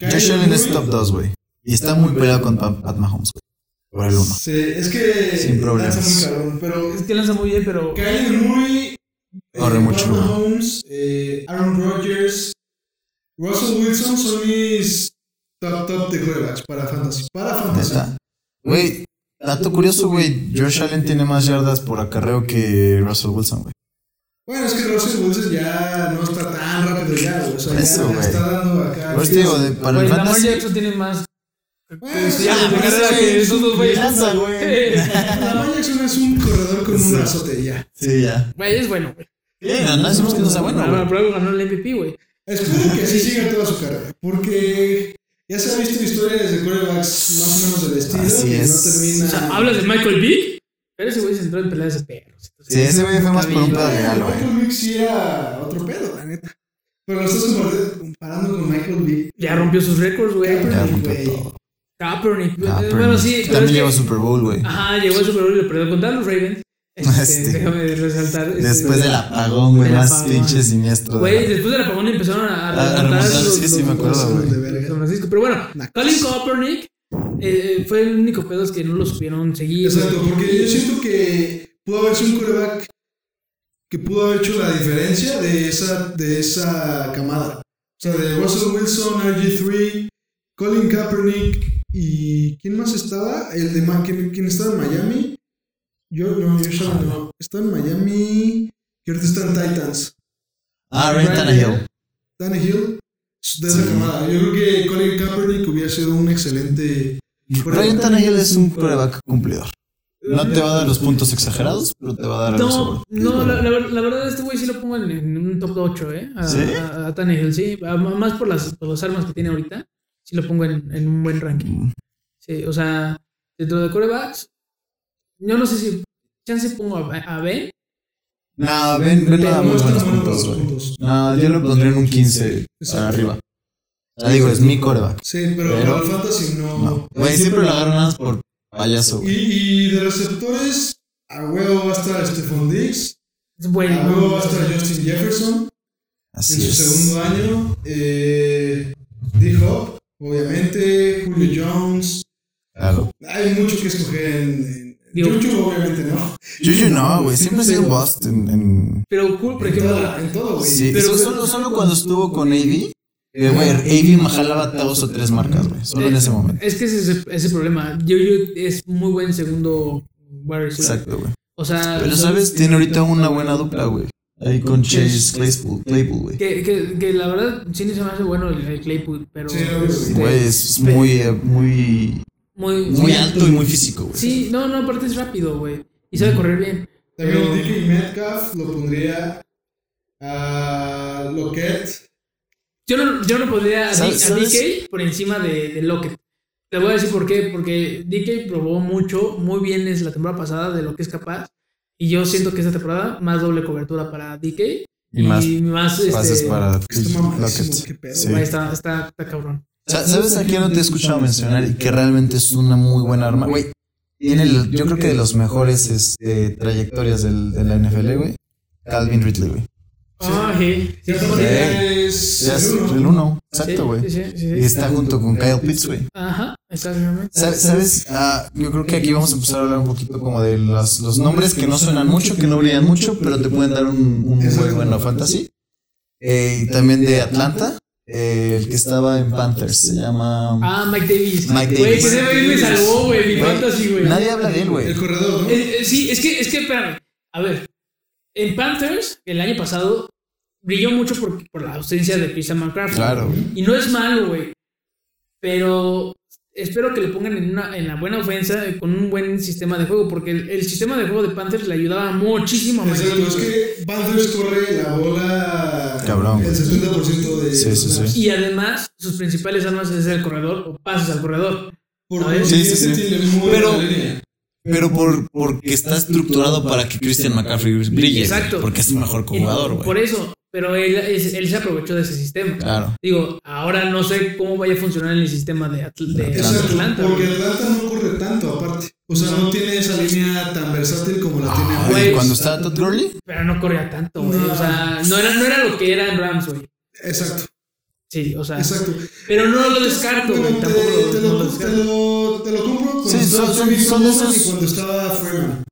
Josh Kyler Allen Murray. es top 2, güey. Y está muy peleado con Pa- Pat Mahomes, güey. Por el 1. Sí, es que Sin problemas. lanza muy cabrón, pero Es que lanza muy bien, pero... Kyler Murray Corre mucho. Pat Mahomes, eh, Aaron Rodgers, Russell Wilson son mis top top de quarterbacks para fantasy. Para fantasy. Neta. Güey, dato curioso, güey. Josh Allen tiene más yardas por acarreo que Russell Wilson, güey. Bueno, es que Russell Wilson ya no está tan rápido ya, güey. O sea, ya- Eso, ya, güey. está dando acá. Pues te digo, de- para el Güey, Lamar fantasy. Jackson tiene más. Bueno, sí, Ya, Lamar de carrera Jackson- que esos dos güeyes. Lanza, güey. Lamar Jackson es un corredor con un Sí. azote ya. Sí, ya. Güey, es bueno, güey. Eh, no decimos que no sea bueno, Ahora, güey. pero ganó el MVP, güey. Espero que así siga toda su carrera, porque ya se han visto historias de corebacks más o menos del estilo Así que es. no termina. O sea, hablas de Michael Vick, pero ese güey se entró en peleas de perros. Sí, ese güey fue más por un pedo Bueno, legal, güey. Michael Vick sí era otro pedo, la neta. Pero lo estás comparando- comparando con Michael Vick. Ya rompió sus récords, güey. Kaepernick, Ya rompió güey. todo. Kaepernick. Ah, Bueno, pero- sí, pero es También llegó que- Ah, a Super Bowl, güey. Ajá, llegó al Super Bowl y lo perdió contra los Ravens. Este, Este. Déjame resaltar. este, Después del apagón, güey, Del más apagón. pinche siniestro. de Güey, la- Ah, después del apagón empezaron a, a A- a levantar remontar, sí, sí, me acuerdo, Son güey. de los de San verga. Francisco. Pero bueno, Nacos. Colin Kaepernick eh, fue el único pedo es que no lo supieron seguir. pues, Exacto, porque yo siento que pudo haber sido un coreback que pudo haber hecho la diferencia de esa, de esa camada. O sea, de Russell Wilson, RG3, Colin Kaepernick y. ¿Quién más estaba? El de Ma- ¿quién, quién estaba en Miami? Yo no, yo estaba, no. Estaba en Miami. Y ahorita está en Titans. Ah, Ryan Tannehill. Tannehill. De esa Sí. camada. Yo creo que Colin Kaepernick hubiera sido un excelente. Ryan Tannehill es un coreback cumplidor. No te va a dar los puntos exagerados, pero te va a dar algo No, seguro. no, la, la ver- la verdad, este güey sí lo pongo en, en un top 8, ¿eh? A, ¿Sí? a, a Tannehill, sí. A- más por las, por las armas que tiene ahorita, sí lo pongo en, en un buen ranking. Mm. Sí, o sea, dentro de corebacks, yo no sé si. Chance pongo a, a Ben. No, ven, ven nada No más está bueno buenos para puntos, los güey. puntos. No, yo lo pondría en un 15 para arriba. Ya digo, es mi coreback. Sí, pero, Pero- para el fantasy No. Güey, siempre lo agarran nada más por payaso, güey. Y, y de receptores, a huevo va a estar Stephon Diggs, Es a bueno. huevo va a estar Justin Jefferson en Así su es. segundo año, eh, D-Hop, obviamente, Julio Jones. Claro. Hay mucho que escoger en. en Digo- Juju, obviamente, ¿no? Juju no, güey. Siempre ha sido bust en- en... Pero, cool, por En ejemplo, todo, en todo, güey. Sí, Pero- solo, solo, solo cuando estuvo con AV. eh, Güey, AV me jalaba dos o tres marcas, güey. Solo en ese momento. es que ese es el- ese problema. Juju es muy buen segundo wide receiver. Exacto, güey. O sea, Pero, ¿sabes? Tiene ahorita una buena dupla, güey. Ahí con Chase Claypool, Claypool, güey. Que, que, que la verdad sí no se me hace bueno el, el Claypool, pero Sí, obvio, este, Güey, es muy, eh, muy, muy, muy alto y muy físico, güey. Sí, no, no, aparte es rápido, güey. Y sabe correr bien. También Pero- DK Metcalf lo pondría a Lockett. Yo no, yo no podría a, D- ¿Sabes- a sabes? DK por encima de, de Lockett. Te voy a decir por qué, porque DK probó mucho, muy bien es la temporada pasada de lo que es capaz. Y yo siento que esta temporada más doble cobertura para DK Y más este, pases para Está mamadísimo, Lockett. qué pedo. Sí. güey, está, está, está cabrón. Sa- ¿Sabes a quién no te he escuchado mencionar y que realmente es una muy buena arma? Güey, tiene, el- yo creo que de los mejores este, trayectorias del, de la NFL, güey. Calvin Ridley, güey. Ah, sí. Y Sí, sí, aparte sí. es Ya es el uno. el uno, Sí, exacto, güey. sí, sí, sí, sí. Y está junto con Kyle Pitts, güey. Ajá, exactamente. Sa- ¿Sabes? Ah, yo creo que aquí vamos a empezar a hablar un poquito como de las- los nombres que no suenan mucho, que no brillan mucho, pero te pueden dar un, un muy bueno fantasy. Eh, y también de Atlanta, eh, el que estaba en Panthers, se llama... Ah, Mike Davis. Mike Güey, Davis. que ese güey me salvó, güey. Mi Güey, fantasy, güey. Nadie habla de él, güey. El corredor, ¿no? Eh, eh, sí, es que, es que, espérame. A ver, en Panthers, el año pasado, brilló mucho por, por la ausencia de Christian McCaffrey. Claro, güey. Y no es malo, güey. Pero espero que le pongan en una, en la buena ofensa eh, con un buen sistema de juego, porque el, el sistema de juego de Panthers le ayudaba muchísimo a Mike Exacto, Davis, es güey. que Panthers corre la bola Cabrón, el güey. 70% de Sí, sí, sí. Y además, sus principales armas es el corredor o pases al corredor. Porque Sí, sí, este sí. tiene muy Pero- buena línea. Pero por, porque está estructurado para que Christian McCaffrey brille, güey, Exacto. porque es el mejor jugador, Por güey. eso, pero él, es- él se aprovechó de ese sistema. Claro. Digo, ahora no sé cómo vaya a funcionar en el sistema de, Atl- de Exacto, Atlanta. porque güey. Atlanta no corre tanto aparte. O sea, no tiene esa línea tan versátil como la tiene Ay, ahora. güey. Ah, cuando estaba Todd Gurley, Pero no corría tanto, güey. No. O sea, no era, no era lo que era en Rams, güey. Exacto, Sí, o sea. exacto. Ah. Pero no lo descarto, Como güey. te, Tampoco lo, te no lo, lo te, descarto. lo, te lo compro cuando Sí, estaba son- Jimmy son de Garoppolo esos- y cuando estaba Freeman.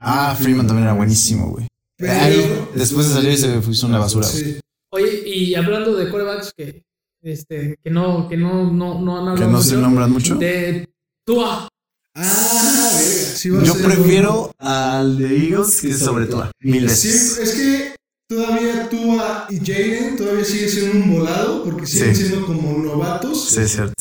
ah, Freeman también era buenísimo, güey. Pero- Ahí, después de salir se fue una basura. güey. Sí. Oye, y hablando de corebacks que, este, que no, que no, no, no han Que hablado no se mucho, nombran mucho. de Tua. Ah, verga. Sí va a Yo ser, güey. prefiero al de Eagles que sobre todo. Mil veces. Sí, es que todavía Tua y Jaden todavía siguen siendo un volado porque siguen Sí. siendo como novatos. Sí, es cierto.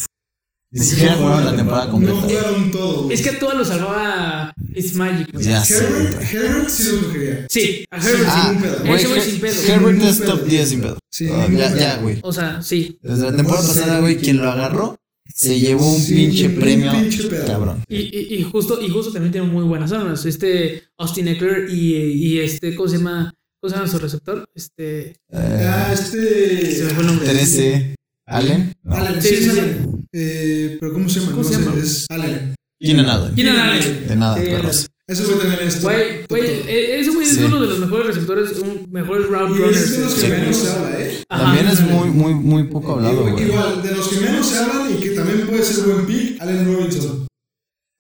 Ni siquiera jugaron la temporada No completa. jugaron todo. güey. Es que a Tua lo salvaba It's Magic. güey. Ya sé. Herbert, Ah, güey. Herbert sí lo escogería. Sí, a Sí. Herbert. Ah, Sin pedo. güey, Ese güey sin Her- pedo. Herbert es Sin top pedo. 10 sin pedo. Sí, Ah, ningún ya, pedo. ya, güey. O sea, sí. Desde la temporada pasada, güey, quien lo agarró se llevó un Sí, pinche un premio. pinche pedo. Cabrón. Y, y, y justo, y justo también tiene muy buenas armas. Este Austin Eckler y, y este, ¿cómo se llama? ¿Cómo se llama su receptor? Este. Eh, Ah, este. Se me fue el nombre. 13. ¿Allen? No. Allen, Sí, sí, sí, es sí. Allen. Eh, pero ¿cómo se llama? ¿Cómo no se sé, llama? es Allen. ¿Quién era Allen? ¿Quién era Allen? De nada, Sí, perros. Ese fue también este. Güey, güey, e- ese güey es Sí. uno de los mejores receptores, un mejores route Y es de los runners. que Sí. menos se habla, ¿eh? Ajá. También es muy, muy, muy poco hablado, güey. Igual, de los que menos se hablan y que también puede ser buen pick, Allen Robinson.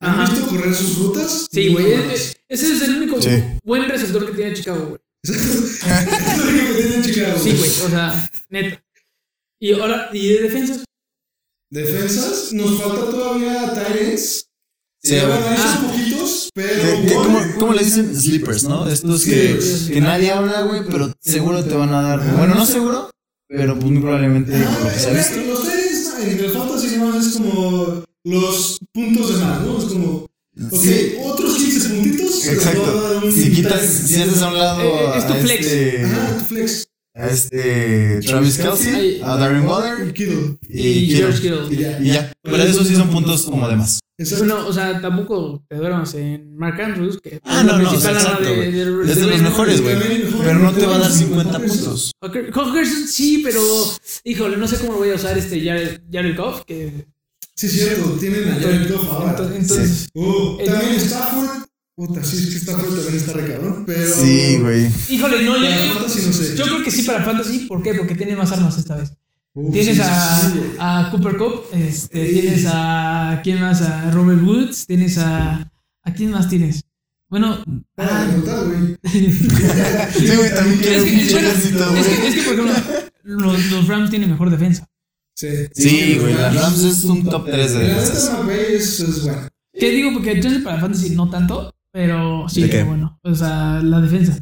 ¿Han Ajá. visto correr sus rutas? Sí, güey. No, e- no. e- Ese es el único Sí. buen receptor que tiene Chicago, güey. Es lo único que tiene en Chicago. Sí, güey. O sea, neta. Y ahora, ¿y de defensas? Defensas, nos falta todavía Tyrants. Sí, Ya güey. van a esos Ah. poquitos, pero. ¿Qué- qué- Warren- cómo, cómo le dicen sleepers, no? Estos que, Sí. que nadie habla, güey, pero seguro te van a dar. Bueno, no seguro, pero pues muy probablemente por lo que se ha visto. Ah, los Tyrants en el fantasy nada más es como los puntos de más, ¿no? Es como. Ok, Sí. otros 15 puntitos. te los va a dar Exacto. un Si quitas, Tyrant. si haces a un lado Eh, es tu a flex. este, Ajá, tu flex. a este Travis Kelsey, Ay. a Darren Waller Y Kittle. y Y George Kittle. Kittle. Y ya. Y ya. Pero esos sí son puntos como de más. Exacto. Bueno, o sea, tampoco te duermas en Mark Andrews, que Ah, es la no, no, principal arma exacto, de- de- güey. de- Es de de- los mejores, güey. Pero no te va a dar 50 puntos. Hawker- Hawkinson sí, pero híjole, no sé cómo lo voy a usar este Jared, Jared Goff, que Sí, es cierto, tienen a Jared Goff ahora. ento- entonces Uh, Eh, también Stafford. Puta, sí, es que Stafford también está re cabrón. Pero. Sí, güey. híjole, no, yo, Para fantasy no sé. yo creo que sí para fantasy, ¿por qué? Porque tiene más armas esta vez. Uh, Tienes sí, sí, sí, güey. a, a Cooper Cup, este, Sí. tienes a quién más, a Robert Woods, tienes a a quién más tienes. Bueno, Para ah, de contar, güey. Sí, güey, también quiero es, un que, pinche bueno, ejército, es, güey. que, es que, por ejemplo los, los Rams tienen mejor defensa. Sí. Sí, güey, las Rams es un top 3 de La defensas. neta, McVay es, es bueno. Te digo porque entonces para fantasy no tanto, pero sí, ¿De qué? pero bueno, o sea, la defensa.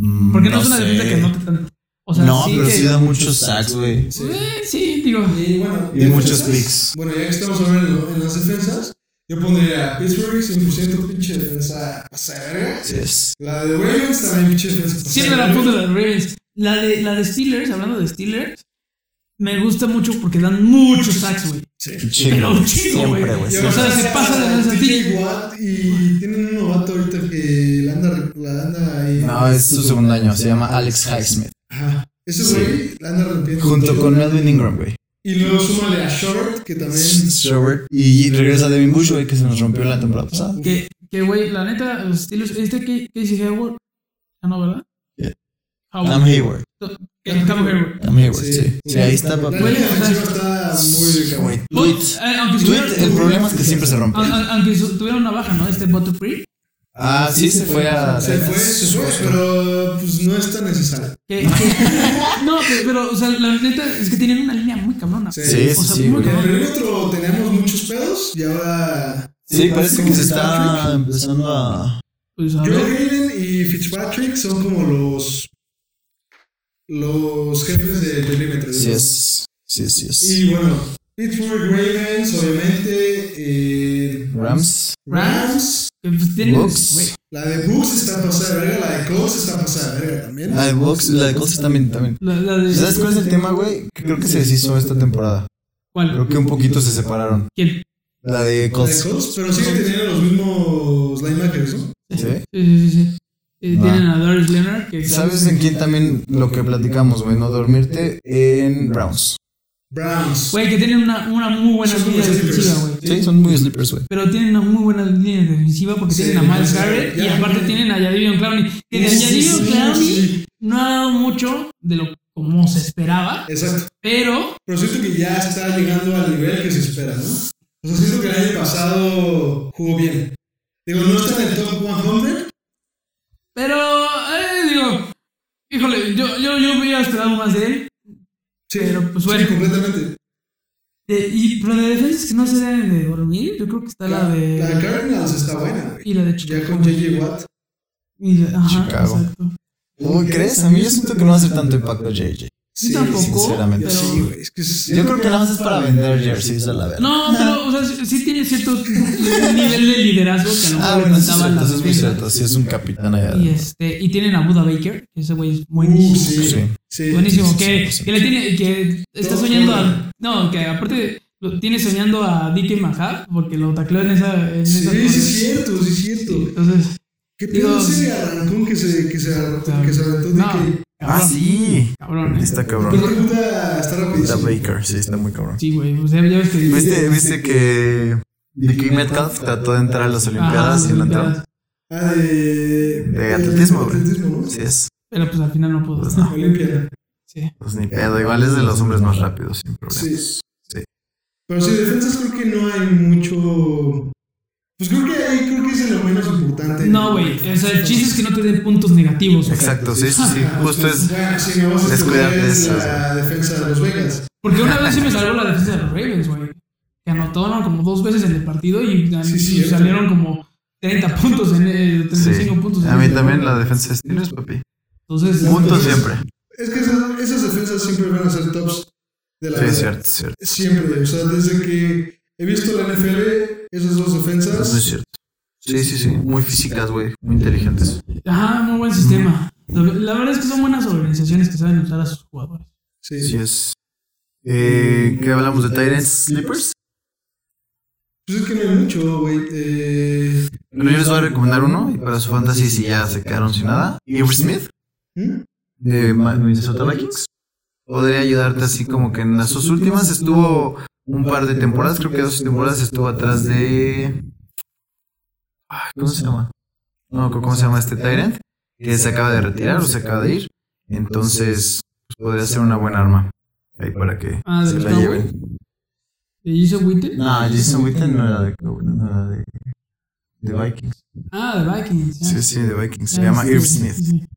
Mm, Porque no, es una sé. defensa que anote tanto. O sea, No, sí pero que- sí da muchos sacks, güey. Sí. Eh, sí, digo. Y bueno, Y muchos defensas. picks. Bueno, ya que estamos hablando en las defensas, yo pondría Pittsburgh 100% pinche defensa pasada de verga. Así es. La de Ravens también pinche defensa Sí, pasada me de la verga. puse la de Ravens. La de, la de Steelers, hablando de Steelers, me gusta mucho porque dan muchos sacks, güey. Pero Chico, un chingo, güey. siempre, güey. Y O siempre. sea, se pasa de lanza a ti. TJ Watt y tienen un novato ahorita que la anda, la anda ahí. No, es su segundo año, se llama Alex Highsmith. Ajá. Ese güey la anda rompiendo. Junto con Melvin Ingram, güey. Y luego súmale a Short, que también. Stewart. Y regresa Devin Bush, güey, que se nos rompió la temporada pasada. Que, que, güey, la neta, los Steelers, este que Casey Hayward. Ah, no, ¿verdad? Yeah. Cam Howard. Hayward. Eh, Cam Hayward. Cam Hayward, pues sí. Sí, ahí está, La papá. línea defensiva está muy cabrón. Güey, Put- Tweet. eh, aunque Tweet, el tuviera- problema es que siempre se rompe. aun- aun- Aunque su- tuviera una baja, ¿no? Este Bottle Free. Ah, sí, se fue a. Se fue, se fue, pero pues no es tan necesario. Que, que- no, pero, pero, o sea, la neta es que tienen una línea muy cabrona. Sí. Sí, o sí, sea, sí, muy En güey. el cabrona. perímetro teníamos muchos pedos y ahora. Sí, parece que se está empezando a. Pues, a Joe ver. Hayden y Fitzpatrick son como los. Los jefes del perímetro. Sí, es. Sí, sí, es. Y bueno, Pittsburgh Ravens, obviamente. eh, Rams. Rams. que, pues, tienen- güey, Bucks. La de Bucks está pasada de verga, la de Colts está pasada de verga también. La Ah, de Bucks, la de Colts también, también. La, la de- este, ¿Sabes cuál es el tema, güey? Que creo que se deshizo esta temporada. ¿Cuál? Creo que un poquito se separaron. ¿Quién? La de La de Colts. Colts, pero siguen teniendo los mismos linebackers, ¿no? ¿Sí? Sí, sí, sí, sí. Eh, Va. tienen a Darius Leonard. Que ¿Sabes en quién también lo que platicamos, güey? No dormirte en Browns. Browns. Güey, que tienen una, una muy buena Son muy línea sleepers. defensiva, güey. Sí, son muy sleepers, güey. Pero tienen una muy buena línea defensiva porque Sí, tienen a Miles sí, Garrett ya. y aparte tienen a Jadavion Clowney. Que de Sí, sí, Jadavion sí, Clowney sí. no ha dado mucho de lo como se esperaba, Exacto. pero Pero siento que ya está llegando al nivel que se espera, ¿no? O sea, siento que el año pasado jugó bien. Digo, no está en el top 100, Pero eh, Híjole, yo, yo, yo hubiera esperado más de él. Sí, Pero, pues, sí, bueno. completamente. Eh, y, pero de defensas que no se deben de dormir, yo creo que está la, La- de. la de Cardinals está buena, güey. Y la de Chicago. Ya con JJ Watt. Y la- ajá, Chicago. exacto. Uy, ¿crees? A mí yo siento que no va a ser tanto impacto JJ. Sí, tampoco. sinceramente. pero- Sí, güey. Es que es- Yo creo que nada más es para vender jerseys a la verga. No, pero, o sea, sí, sí tiene cierto nivel de liderazgo que a lo mejor Ah, le bueno, sí es faltaba a cierto, las sí es muy defensas. cierto. Sí es un capitán allá. Y, este, y tienen a Buda Baker, que ese güey es buenísimo. Uh, sí, Sí. sí. Buenísimo, sí, sí, que, sí, sí. que le tiene, que está Todos soñando juegan. a, no, que aparte lo tiene soñando a Dickie Mahab, porque lo tacleó en esa, en Sí, esa sí, corrida. es cierto, sí, es cierto. Entonces, ¿Qué pedo Digo- ese arrancón que se, que se, arrancó- que se aventó de no, que... Ah, cabrón, sí. Cabrón, eh. Está Pero cabrón. la puta está Está rapidísimo. Baker, sí, está muy cabrón. Sí, güey, o sea, ya ves que... ¿Viste, viste que Dickie Metcalf trató de entrar a las Ajá, Olimpiadas y no entró? Olimpiadas. Ah, de... De atletismo, güey. atletismo, ¿no? Sí es. Pero pues al final no pudo. Pues no. Olimpia. Sí. Pues ni pedo. Igual es de los hombres más rápidos, sin problema. Sí. Pero sí, defensas creo que no hay mucho... Pues creo que ahí creo que es de lo menos importante. No, güey, o sea, el chiste es que no te den puntos negativos. güey. Exacto, sí, sí, sí. Justo es. Bueno, sí, me vas a Descuidar escoger de esas, la defensa de los Vegas. Porque una vez sí me salvó la defensa de los Ravens, güey. Que anotaron como dos veces en el partido y, Sí, y cierto. salieron como 30 puntos, en, eh, 35 Sí. puntos. en A mí ese también juego. la defensa de Steelers, papi. Entonces, eh, Puntos siempre. Es que esas, esas defensas siempre van a ser tops de la Sí, liga. es cierto, es cierto. Siempre, o sea, desde que he visto la NFL, esas dos Eso es defensas. cierto. Sí, sí, sí. Muy físicas, güey. Muy inteligentes. Ajá, ah, muy buen sistema. La, la verdad es que son buenas organizaciones que saben usar a sus jugadores. Sí, Sí es. Eh, ¿Qué hablamos de Tyrants? ¿Slippers? Pues es que no hay mucho, güey. Eh, Bueno, yo les voy a recomendar uno. Y para su fantasy, si ya se quedaron sin nada, Irv Smith ¿Mm? ¿hmm? de Ma- Minnesota Vikings. Podría ayudarte así como que en las sus últimas estuvo un par de temporadas, creo que dos temporadas estuvo atrás de. Ay, ¿Cómo se llama? No, me acuerdo ¿cómo se llama este Tyrant? Que se acaba de retirar o se acaba de ir. Entonces, pues, podría ser una buena arma. Ahí para que Ah, se ¿de la Cowboy? lleven. ¿Y Jason Witten? No, Jason Witten no era de Cowboys, no era de, de Vikings. Ah, de Vikings. ya. Sí, sí, de Vikings. Se Ah, llama sí, Irv sí, Smith. Sí,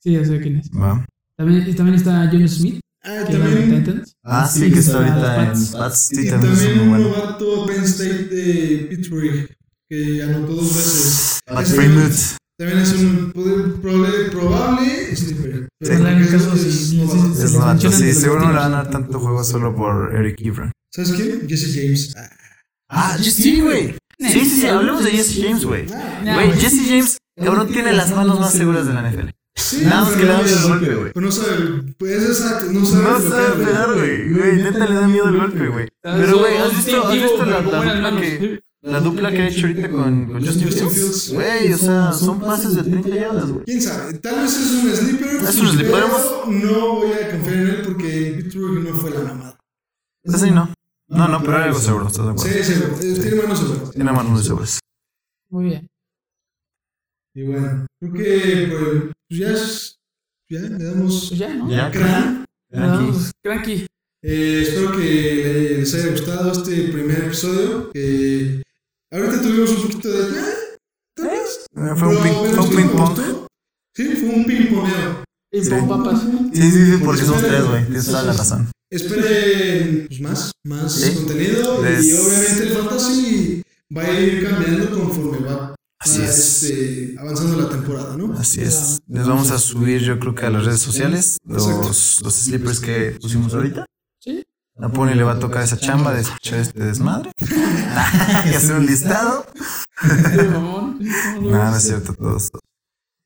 sí, ya sé quién es. Va. También, y también está John Smith, Ah, que era de también, Titans. Ah, sí, que está ahorita en Pats. Pats. Sí, y también es también muy un bueno. novato Penn State de Pittsburgh, que anotó dos veces. Pat Freymouth. También es un poder- probable, probable sleeper. Pero Sí. creo que En caso, es- sí, es sí, novato. sí, Es Se les novato, mencionan sí, los seguro no le Steelers. van a dar tanto juego solo por Eric Ebron. ¿Sabes quién? Jesse James. Ah, Ah, Jesse, güey. Sí, sí, sí, hablemos de Jesse James, güey. Ah, Nah, Güey, güey. Jesse James, cabrón, tiene las manos más seguras de la NFL. sí, Nada más pero que le da no miedo el sabe- golpe, güey. Pero no sabe, pues exacto, no sabe. No bloquear, sabe pegar, güey. Güey, neta le da miedo el golpe, güey. Pero, güey, Ah, ¿has visto, has visto la, la dupla que, la dupla que ha hecho ahorita con, con Justin Fields? Güey, o sea, son pases de 30 yardas, güey. ¿Quién sabe? Tal vez es un sleeper. Es un sleeper. pero No voy a confiar en él porque Pittsburgh no fue la mamada. Es así, ¿no? No, no, pero era algo seguro, ¿estás de Sí, acuerdo? sí, sí, tiene manos seguras. Tiene pues. manos muy seguras. Muy bien. Y bueno, creo que pues, pues ya, es- ya le damos Pues ya, ¿no? Ya, Ah, crán. Vamos, Cranky. Eh, espero que les haya gustado este primer episodio. que ahorita tuvimos un poquito de. "Ah, tal vez". Fue un Pero bueno, ping- fue un estuvo a ping pong. gusto. Sí, fue un ping pongeo. Y Sí. pon papas. Sí, sí, sí, porque somos tres, güey. Tienes toda la razón. Esperen pues, más, más Sí. contenido y Les- obviamente el fantasy va a ir cambiando conforme va Así va, es. este, avanzando la temporada, ¿no? Así es. Les vamos a subir, yo creo que a las redes sociales, los, los slippers que pusimos ahorita. Sí. A Pony le va a tocar esa chamba de escuchar este desmadre. y hacer un listado. Por favor. No, no es cierto, todos. todos.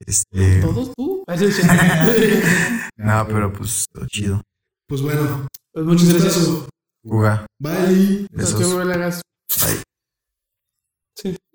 Este. Todos tú. Pues No, pero pues todo chido. Pues bueno, muchas un gracias. gustazo. Juga. Bye. Besos. Hasta luego, Lagas. Bye. Sí.